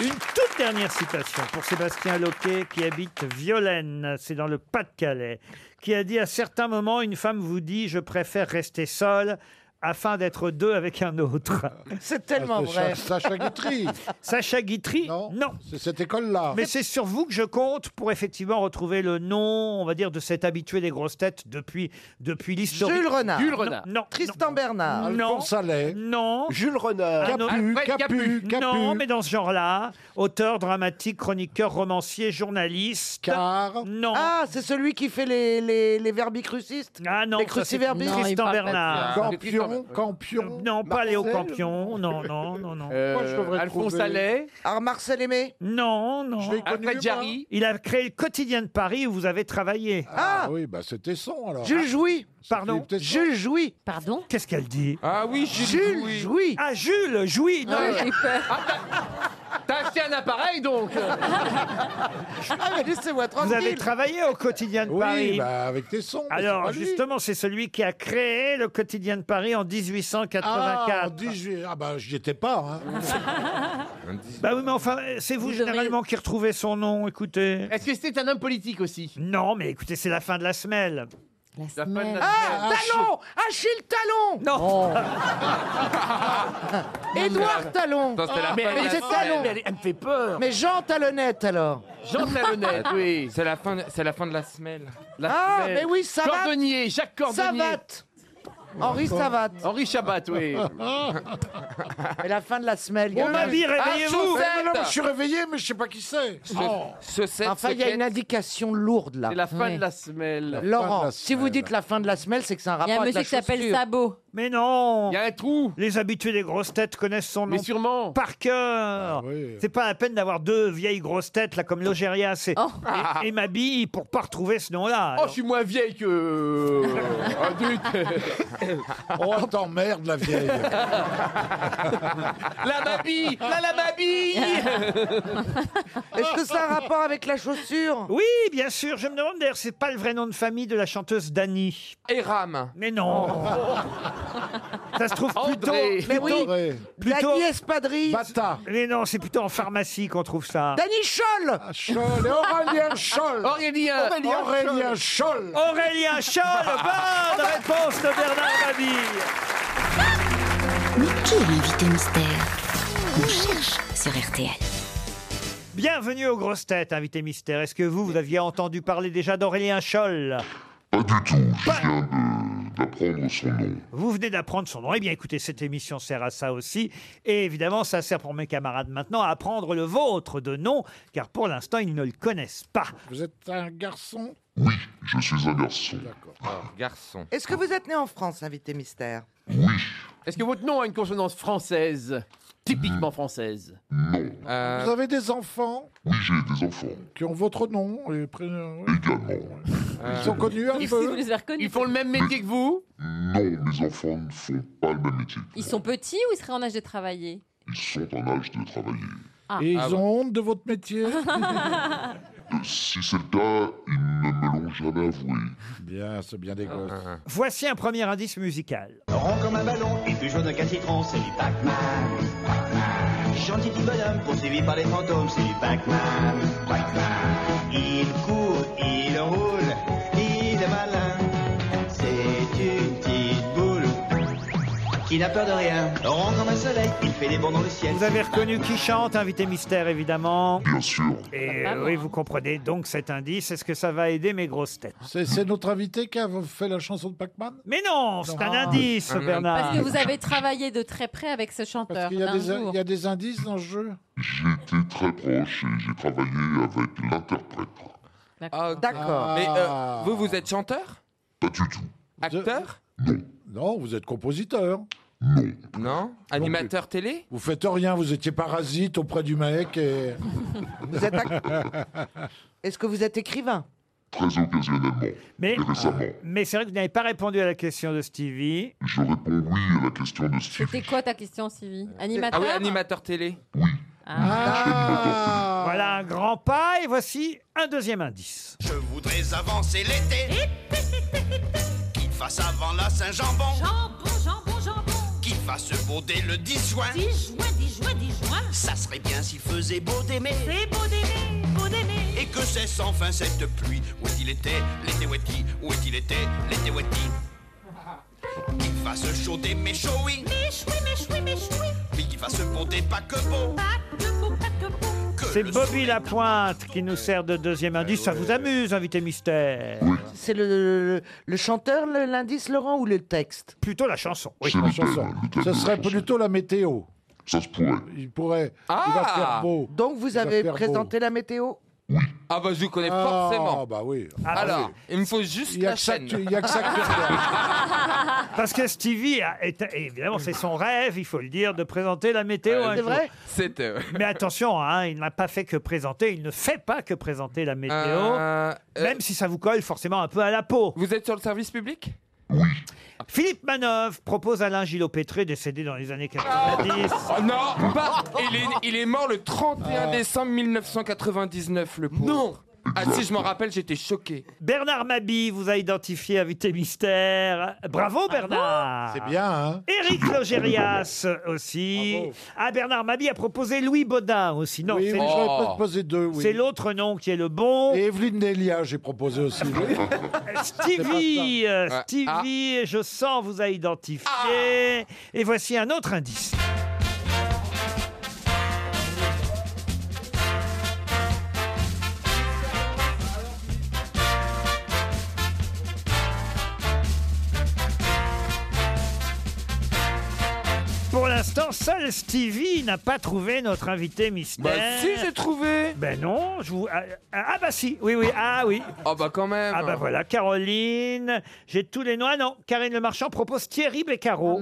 S2: Une toute dernière citation pour Sébastien Loquet qui habite Violaine, c'est dans le Pas-de-Calais, qui a dit à certains moments une femme vous dit je préfère rester seule afin d'être deux avec un autre.
S8: C'est tellement
S5: Ah, c'est
S8: vrai.
S5: Sa- Sacha Guitry.
S2: Sacha Guitry Non.
S5: C'est cette école-là.
S2: Mais c'est sur vous que je compte pour effectivement retrouver le nom, on va dire, de cet habitué des grosses têtes depuis, depuis l'historique.
S8: Jules Renard.
S2: Non, Non.
S8: Tristan Bernard.
S2: Non.
S5: Alphonse Allais.
S2: Non.
S11: Jules Renard.
S2: Un autre-
S5: Capu,
S9: Alfred
S5: Capu, Capu.
S2: Non, mais dans ce genre-là, auteur, dramatique, chroniqueur, romancier, journaliste.
S5: Car.
S2: Non.
S8: Ah, c'est celui qui fait les, les, les verbicrucistes
S2: Ah non,
S8: Les
S2: ça, c'est
S8: cruciverbistes
S2: Tristan Bernard.
S5: Campion, Campion.
S2: Non, pas
S5: Marcel. Euh,
S2: Léo Campion. Non, non, non, non.
S5: Moi, je devrais
S9: Alphonse
S5: trouver.
S9: Allais,
S8: Alors Marcel Aimé
S2: Non, non.
S5: Je l'ai connu,
S9: Alfred
S5: moi.
S9: Jarry,
S2: Il a créé le quotidien de Paris où vous avez travaillé.
S5: Ah,
S8: Ah,
S5: oui, bah c'était son alors.
S8: Jules Jouy
S2: Pardon
S5: C'était son.
S8: Jules Jouy
S4: Pardon
S2: Qu'est-ce qu'elle dit
S15: Ah oui, Jules
S8: Jules
S15: Louis.
S8: Jouy
S2: Ah, Jules, jouis non,
S4: Ah, j'ai peur.
S11: ben,
S9: t'as acheté un appareil donc
S8: Ah, mais laissez-moi
S2: Vous avez
S8: tranquille
S2: travaillé au quotidien de Paris.
S5: Oui, bah avec tes sons.
S2: Alors, justement, c'est celui qui a créé le quotidien de Paris en 1884.
S5: Ah, en 18 ah bah j'y étais pas. Hein.
S2: Bah oui, mais enfin, c'est vous,
S4: Vous devriez-
S2: généralement qui retrouvez son nom, écoutez.
S9: Est-ce que c'était un homme politique aussi
S2: Non, mais écoutez, c'est la fin de la semelle.
S22: La
S9: La fin de la
S22: semaine.
S8: Ah, Talon Achille Talon
S2: Non
S8: Édouard Talon
S15: Attends, c'est la
S9: Mais
S15: fin de la
S9: elle, est
S8: c'est
S9: folle,
S8: talon.
S9: mais Ah, elle- elle me fait peur
S8: Mais Jean Talonnette alors
S9: Jean Talonnet, oui
S15: C'est la fin, de- c'est la fin de la semelle.
S9: La
S8: Ah,
S9: semelle.
S8: mais oui, Savate
S9: Cordonnier, Jacques Cordonnier Oh.
S8: Savate Henri Savate
S9: Henri Chabat, oui
S8: Et la fin de la semelle il y a
S2: Bon, ma
S8: pas-
S2: vie, réveillez-vous
S15: Ah,
S5: Ah, non, je suis réveillé, mais je sais pas qui c'est. Oh.
S15: Ce, ce sept,
S8: Oh. Enfin,
S15: ce
S8: il y a
S15: quête-
S8: une indication lourde là.
S9: C'est la fin
S4: Ouais.
S9: de la semelle
S5: fin de
S8: Laurent,
S5: la
S8: si vous
S5: semelle.
S8: dites la fin de la semelle, c'est que c'est un
S4: Il y a
S8: rapport
S4: un
S8: avec
S4: monsieur qui
S8: la
S4: s'appelle
S8: chaussure.
S4: Sabot.
S2: Mais non
S9: Il y a un trou
S2: Les habitués des grosses têtes connaissent son
S9: Mais
S2: nom
S9: sûrement
S2: par cœur.
S5: Ah oui.
S2: C'est pas la peine d'avoir deux vieilles grosses têtes, là, comme Logéria c'est...
S4: Oh.
S2: et, et Mabi pour pas retrouver ce
S9: Oh,
S2: nom-là. alors.
S9: je suis moins vieille que... Ah, zut.
S5: Oh, t'emmerde la vieille.
S9: La Mabi La la Mabi
S8: Est-ce que c'est un rapport avec la chaussure
S2: Oui, bien sûr. Je me demande d'ailleurs, c'est pas le vrai nom de famille de la chanteuse Dani.
S15: Eram.
S2: Mais non. Ça se trouve plutôt.
S9: André.
S8: Mais oui,
S5: Ouais.
S2: plutôt-
S8: Dany Espadrille,
S5: Bata.
S2: Mais non, c'est plutôt en pharmacie qu'on trouve ça.
S8: Dany Scholl
S5: Ah, Scholl et Aurélien Scholl.
S9: Aurélien
S5: Aurélien Scholl.
S2: Aurélien Scholl, bonne réponse de Bernard Mabille.
S3: Mais qui est l'invité mystère On cherche sur RTL.
S2: Bienvenue aux grosses têtes, invité mystère. Est-ce que vous, vous aviez entendu parler déjà d'Aurélien Scholl
S23: Pas du tout, je viens de- d'apprendre son nom.
S2: Vous venez d'apprendre son nom. Eh bien, écoutez, cette émission sert à ça aussi. Et évidemment, ça sert pour mes camarades maintenant à apprendre le vôtre de nom, car pour l'instant, ils ne le connaissent pas.
S5: Vous êtes un garçon.
S23: Oui, je suis un garçon.
S15: Garçon.
S8: Est-ce que vous êtes né en France, invité mystère
S9: Est-ce que votre nom a une consonance française
S11: typiquement française.
S5: Vous avez des enfants
S23: Oui, j'ai des enfants.
S5: qui ont votre nom et prénom. ouais. Ils
S23: Euh,
S5: sont connus un
S4: Ils-
S5: peu.
S4: vous les avez reconnus.
S11: Ils font le même métier que vous
S23: Non, mes enfants ne font pas le même métier.
S4: Ils sont petits ou ils seraient en âge de travailler
S23: Ils sont en âge de travailler.
S4: Ah.
S5: Et ils
S4: Ah
S5: ont honte de votre métier
S23: Euh, Si c'est le cas, ils ne me l'ont jamais avoué.
S5: Bien, c'est bien des gosses.
S2: Voici un premier indice musical.
S10: Rond comme un ballon, il fut jaune à quatre citrons, c'est du Pac-Man. Pac-Man. Gentil petit bonhomme, poursuivi par les fantômes, c'est du Pac-Man. Pac-Man. Il court, il roule, il est malin. C'est une petite boule qui n'a peur de rien. Rond comme un soleil, il fait des bonds dans le ciel.
S2: Vous avez reconnu qui chante, invité mystère évidemment.
S23: Bien sûr.
S2: Et euh, oui, vous comprenez donc cet indice. Est-ce que ça va aider mes grosses têtes
S5: C'est- C'est notre invité qui a fait la chanson de Pac-Man
S2: Mais non, c'est un
S5: Ah.
S2: indice,
S5: Un
S2: Bernard.
S4: Parce que vous avez travaillé de très près avec ce chanteur.
S5: Il y, a
S4: d'un
S5: des,
S4: jour.
S5: il y a des indices dans ce jeu
S23: J'étais très proche et j'ai travaillé avec l'interprète.
S9: Ah, ok. Mais euh, vous, vous êtes chanteur Pas du tout. Acteur
S5: Non, vous êtes compositeur.
S9: Non Animateur télé
S5: Vous faites rien, vous étiez parasite auprès du mec et...
S8: Vous êtes Est-ce que vous êtes écrivain
S23: Très occasionnellement.
S2: Mais,
S23: Et récemment.
S2: mais c'est vrai que vous n'avez pas répondu à la question de Stevie.
S23: Je réponds oui à la question de Steve.
S4: C'était quoi ta question, Sylvie Animateur
S9: Ah oui, animateur télé.
S2: Ah. Voilà un grand pas et voici un deuxième indice.
S10: Je voudrais avancer l'été. Qu'il fasse avant la Saint-Jambon. Jambon, jambon, jambon. Qu'il fasse beau dès le 10 juin. 10 juin, 10 juin, 10 juin. Ça serait bien s'il faisait beau d'aimer. C'est beau d'aimer, beau d'aimer. Et que c'est sans fin cette pluie. Où est-il été, l'été où est-il Où est-il été, l'été où est-il Qu'il fasse chaud des méchouis. Méchoui, méchoui, méchoui. Puis qu'il fasse beau des paquebots. Paquebots, paquebots.
S2: C'est Bobby Lapointe qui nous sert de deuxième indice. Ça vous amuse, invité mystère
S8: C'est le, le- le chanteur, le- l'indice, Laurent, ou le texte
S2: Plutôt la chanson.
S8: Oui,
S5: la chanson. Ce serait plutôt la météo.
S23: Ça se pourrait.
S5: Il pourrait. il va
S9: Ah
S5: faire beau.
S8: Donc vous
S5: Il va
S8: avez
S5: faire beau.
S8: présenté la météo
S9: Ah bah je vous connais
S5: Ah,
S9: forcément.
S5: bah oui.
S2: Ah,
S9: Alors,
S2: oui.
S9: il me faut juste
S2: y a
S9: la
S2: que ça
S9: chaîne.
S2: que tu- il y a que ça Parce que Stevie, a- est- évidemment, c'est son rêve, il faut le dire, de présenter la météo. un jour.
S9: C'était.
S2: Mais attention, hein, il n'a pas fait que présenter, il ne fait pas que présenter la météo,
S9: Euh,
S2: même si ça vous colle forcément un peu à la peau.
S9: Vous êtes sur le service public
S2: Philippe Manœuvre propose Alain Gilopétré, décédé dans les années 90.
S9: Oh non, pas. Il est, il est mort le 31 décembre 1999, le pauvre. Non Ah si, je m'en rappelle, j'étais choqué.
S2: Bernard Mabi vous a identifié, invité mystère. Bravo Bernard
S5: C'est bien, hein
S2: Éric Logérias aussi. Ah, Bernard Mabi a proposé Louis Baudin aussi. Non,
S5: Oui,
S2: c'est
S5: oui, j'aurais proposé deux, oui.
S2: c'est l'autre nom qui est le bon.
S5: Et Evelyne Delia, j'ai proposé aussi. oui.
S2: Stevie, euh,
S9: Ah.
S5: C'est pas ça.
S2: Stevie, je sens vous a identifié.
S9: Ah.
S2: Et voici un autre indice. Pour l'instant, seul Stevie n'a pas trouvé notre invité mystère.
S9: Bah si, j'ai trouvé
S2: Ben non, je vous... Ah, ah, bah si, oui, oui, ah oui.
S9: Ah bah quand même
S2: Ah bah voilà, Caroline, j'ai tous les noix. Non, Karine Le Marchand propose Thierry Beccaro.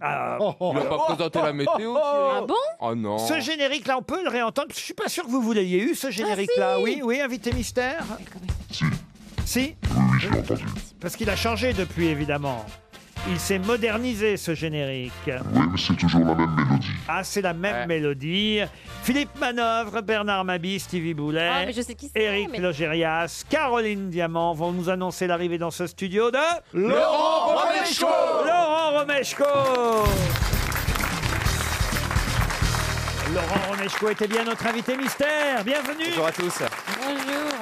S2: Ah,
S9: Il a pas présenté la météo, Thierry.
S2: Ah bon
S9: Oh non
S2: Ce générique-là, on peut le réentendre, parce que je suis pas sûr que vous vous l'ayez eu, ce générique-là.
S9: si
S2: oui, oui, invité mystère. Si Parce qu'il a changé depuis, évidemment. Il s'est modernisé, ce générique.
S23: Oui, mais c'est toujours la même mélodie.
S2: Ah, c'est la même mélodie. Philippe Manœuvre, Bernard Mabi, Stevie Boulet,
S4: Ah, mais je sais qui c'est,
S2: Eric
S4: mais-
S2: Logérias, Caroline Diamant vont nous annoncer l'arrivée dans ce studio de...
S3: Laurent Romeshko
S2: Laurent Romeshko Laurent Romeshko était bien notre invité mystère. Bienvenue Bonjour
S9: à tous
S4: Bonjour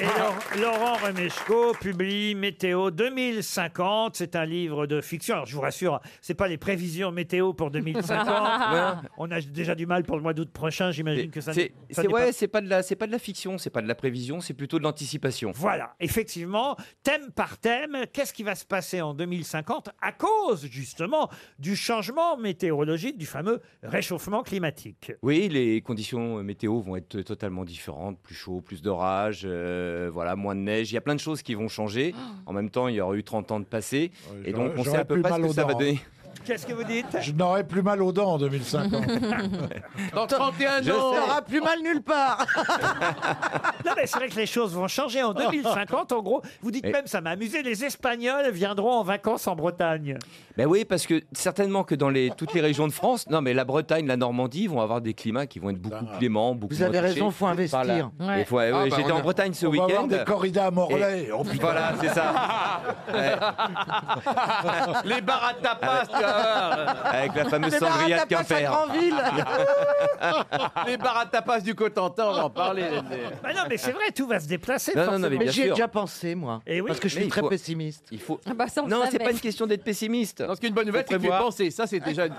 S2: et Laur- Laurent Remesco publie Météo 2050. C'est un livre de fiction. Alors, je vous rassure, c'est pas les prévisions météo pour 2050.
S24: Ouais.
S2: On a déjà du mal pour le mois d'août prochain. J'imagine que ça.
S24: C'est
S2: n'est-
S24: c'est-
S2: ça n'est
S24: ouais,
S2: pas-
S24: c'est pas de la c'est pas de la fiction, c'est pas de la prévision, c'est plutôt de l'anticipation.
S2: Voilà, effectivement, thème par thème, qu'est-ce qui va se passer en 2050 à cause justement du changement météorologique, du fameux réchauffement climatique
S24: Oui, les conditions euh, météo vont être totalement différentes, plus chaud, plus d'orage, euh, voilà, moins de neige, il y a plein de choses qui vont changer. En même temps, il y aura eu 30 ans de passé et
S5: j'aurais-
S24: donc on sait
S5: j'aurais
S24: à peu
S5: plus
S24: près ce
S5: mal
S24: que
S5: aux
S24: ça va
S8: hein.
S5: dents,
S24: donner.
S25: Qu'est-ce que vous dites
S5: Je n'aurai plus mal aux dents en 2050.
S11: Dans 31
S5: Je
S11: ans,
S5: sais.
S11: t'auras plus mal nulle part.
S2: Non, mais c'est vrai que les choses vont changer en 2050. En gros, vous dites
S24: Mais-
S2: même, ça m'a amusé, les Espagnols viendront en vacances en Bretagne.
S24: Ben oui, parce que certainement que dans les, toutes les régions de France, non mais la Bretagne, la Normandie vont avoir des climats qui vont être beaucoup plus cléments, beaucoup
S8: Vous avez
S24: moins touchés
S8: raison, faut
S24: par
S8: investir.
S24: la-
S8: Ouais.
S24: Et faut- ouais,
S8: Ah, bah,
S24: J'étais
S8: on
S24: en
S8: a-
S24: Bretagne ce
S8: on va
S24: week-end.
S8: avoir des corridas à Morlaix.
S24: Et-
S8: Oh, putain.
S24: voilà, c'est ça. Ouais.
S3: Les bars à tapas,
S24: Avec-
S3: tu vas voir.
S24: Avec la fameuse sangria de Quimper.
S11: les bars à tapas du Cotentin, on va en parler.
S2: Bah non, mais c'est vrai, tout va se déplacer. forcément.
S8: mais j'y ai déjà pensé, moi.
S2: Eh oui.
S8: Parce que je
S2: Mais
S8: suis
S2: il
S8: très
S2: faut-
S8: pessimiste.
S24: Il faut...
S4: Ah bah, ça, on le
S8: non, c'est
S4: savait.
S8: pas une
S24: question d'être pessimiste.
S11: Parce qu'une bonne nouvelle, c'est que tu es pensé. Ça, c'est déjà une.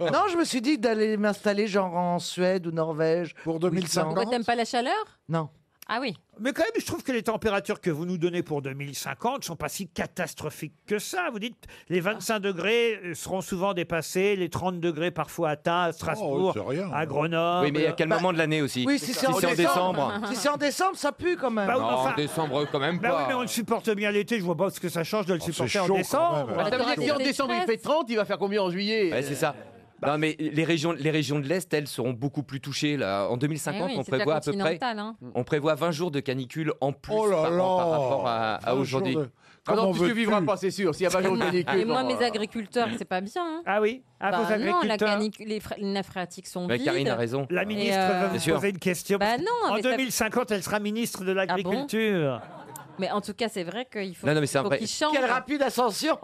S8: non, je me suis dit d'aller m'installer genre en Suède ou Norvège. Pour
S4: Pourquoi t'aimes pas la chaleur
S8: Non.
S4: Ah oui.
S2: Mais quand même, je trouve que les températures que vous nous donnez pour 2050 sont pas si catastrophiques que ça. Vous dites, les 25 degrés euh, seront souvent dépassés, les 30 degrés parfois atteints à Strasbourg,
S24: c'est rien.
S2: à Grenoble. Bah,
S24: Oui, mais à quel moment de l'année aussi
S8: Oui, si c'est en, décembre. Si c'est en décembre, ça pue quand même.
S2: Bah oui, mais
S24: Non,
S2: enfin-
S24: en décembre quand même
S2: Bah oui, mais
S24: pas.
S2: on le supporte bien l'été, je vois pas ce que ça change de le supporter en
S24: Oh, chaud quand
S2: décembre.
S24: même.
S11: Ça veut dire que si en décembre il fait 30, il va faire combien en juillet
S24: Ouais, c'est ça.
S4: Euh, bah.
S24: Non, mais les régions, les régions de l'Est, elles seront beaucoup plus touchées. Là. En 2050,
S4: Eh oui,
S24: on
S4: c'est déjà
S24: prévoit à peu près Mm.
S4: continental, hein.
S24: on prévoit 20 jours de canicule en plus
S11: Oh là
S24: par, an par
S11: là
S24: rapport à, à
S11: 20
S24: aujourd'hui.
S11: jours de- Ah non, tu ne vivras pas, c'est sûr. S'il n'y a pas de canicule.
S4: Et moi,
S11: bon,
S4: mes
S11: euh,
S4: agriculteurs, c'est pas bien. hein.
S2: Ah oui Ah,
S4: Bah
S2: vos
S4: non, la
S2: agriculteurs
S4: canicule, les, fra- les nappes phréatiques sont
S24: Bah,
S4: vides.
S24: Karine a raison.
S2: La
S4: Et,
S2: ministre
S4: euh,
S2: va vous poser une question.
S4: Bah non,
S2: en
S4: mais ça-
S2: 2050, elle sera ministre de l'Agriculture.
S4: Ah Mais en tout cas, c'est vrai qu'il faut,
S2: Non, non, mais c'est
S4: faut
S2: un vrai-
S4: qu'ils changent.
S8: Quelle rapide ascension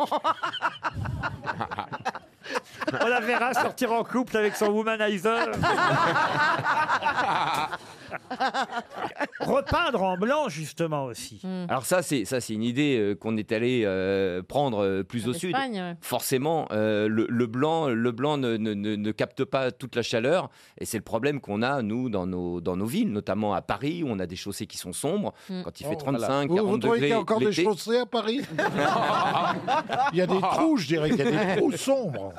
S2: On la verra sortir en couple avec son womanizer. Repeindre en blanc, justement, aussi.
S24: Alors ça, c'est ça, c'est une idée euh, qu'on est allé euh, prendre euh, plus
S4: En
S24: au sud.
S4: Espagne, ouais.
S24: Forcément, euh, le, le blanc, le blanc ne, ne- ne- ne capte pas toute la chaleur, et c'est le problème qu'on a nous dans nos dans nos villes, notamment à Paris, où on a des chaussées qui sont sombres.
S5: Mm.
S24: Quand il fait
S5: Oh,
S24: 35,
S5: Vous,
S24: 40
S5: vous trouvez
S24: degrés
S5: qu'il y a encore des
S24: l'été-
S5: chaussées à Paris Il y a des trous, je dirais, il y a des trous sombres.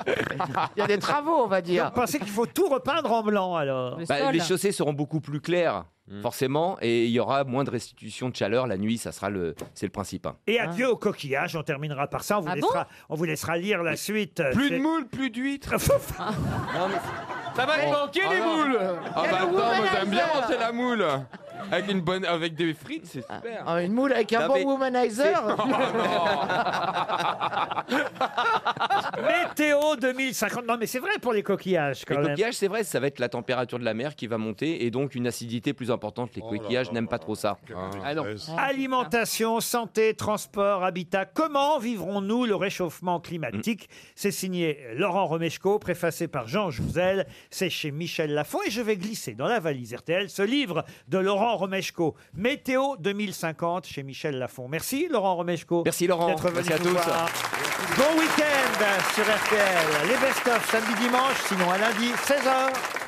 S8: Il y a des travaux, on va dire.
S2: Vous pensez qu'il faut tout repeindre en blanc, alors
S24: Bah, les chaussées seront beaucoup plus claires, forcément, et il y aura moins de restitution de chaleur la nuit. Ça sera le, c'est le principe. hein.
S2: Et adieu aux coquillages, on terminera par ça. On vous,
S24: Ah
S2: laissera,
S24: bon
S2: on vous laissera lire la suite.
S9: Plus de
S2: C'est-
S9: moules, plus d'huîtres.
S3: Ça va te manquer les moules
S9: Ah bah attends, moi j'aime bien manger la moule avec une bonne, avec des frites, c'est super.
S8: Ah, Une moule avec un
S9: Non,
S8: bon
S9: mais-
S8: womanizer
S2: Météo 2050. Non, mais c'est vrai pour les coquillages, quand
S24: Les
S2: même.
S24: coquillages, c'est vrai, ça va être la température de la mer qui va monter et donc une acidité plus importante. Les coquillages n'aiment pas trop ça.
S2: Ah non. Alimentation, santé, transport, habitat. Comment vivrons-nous le réchauffement climatique
S24: Mm.
S2: C'est signé Laurent Romeshko, préfacé par Jean Jouzel. C'est chez Michel Lafon. Et je vais glisser dans la valise RTL ce livre de Laurent Romeshko, Météo 2050, chez Michel Lafon. Merci Laurent Romeshko.
S24: Merci Laurent.
S2: d'être venu
S24: Merci à
S2: nous
S24: tous.
S2: voir. Bon week-end sur RTL. Les best-of samedi dimanche, sinon à lundi, 16h.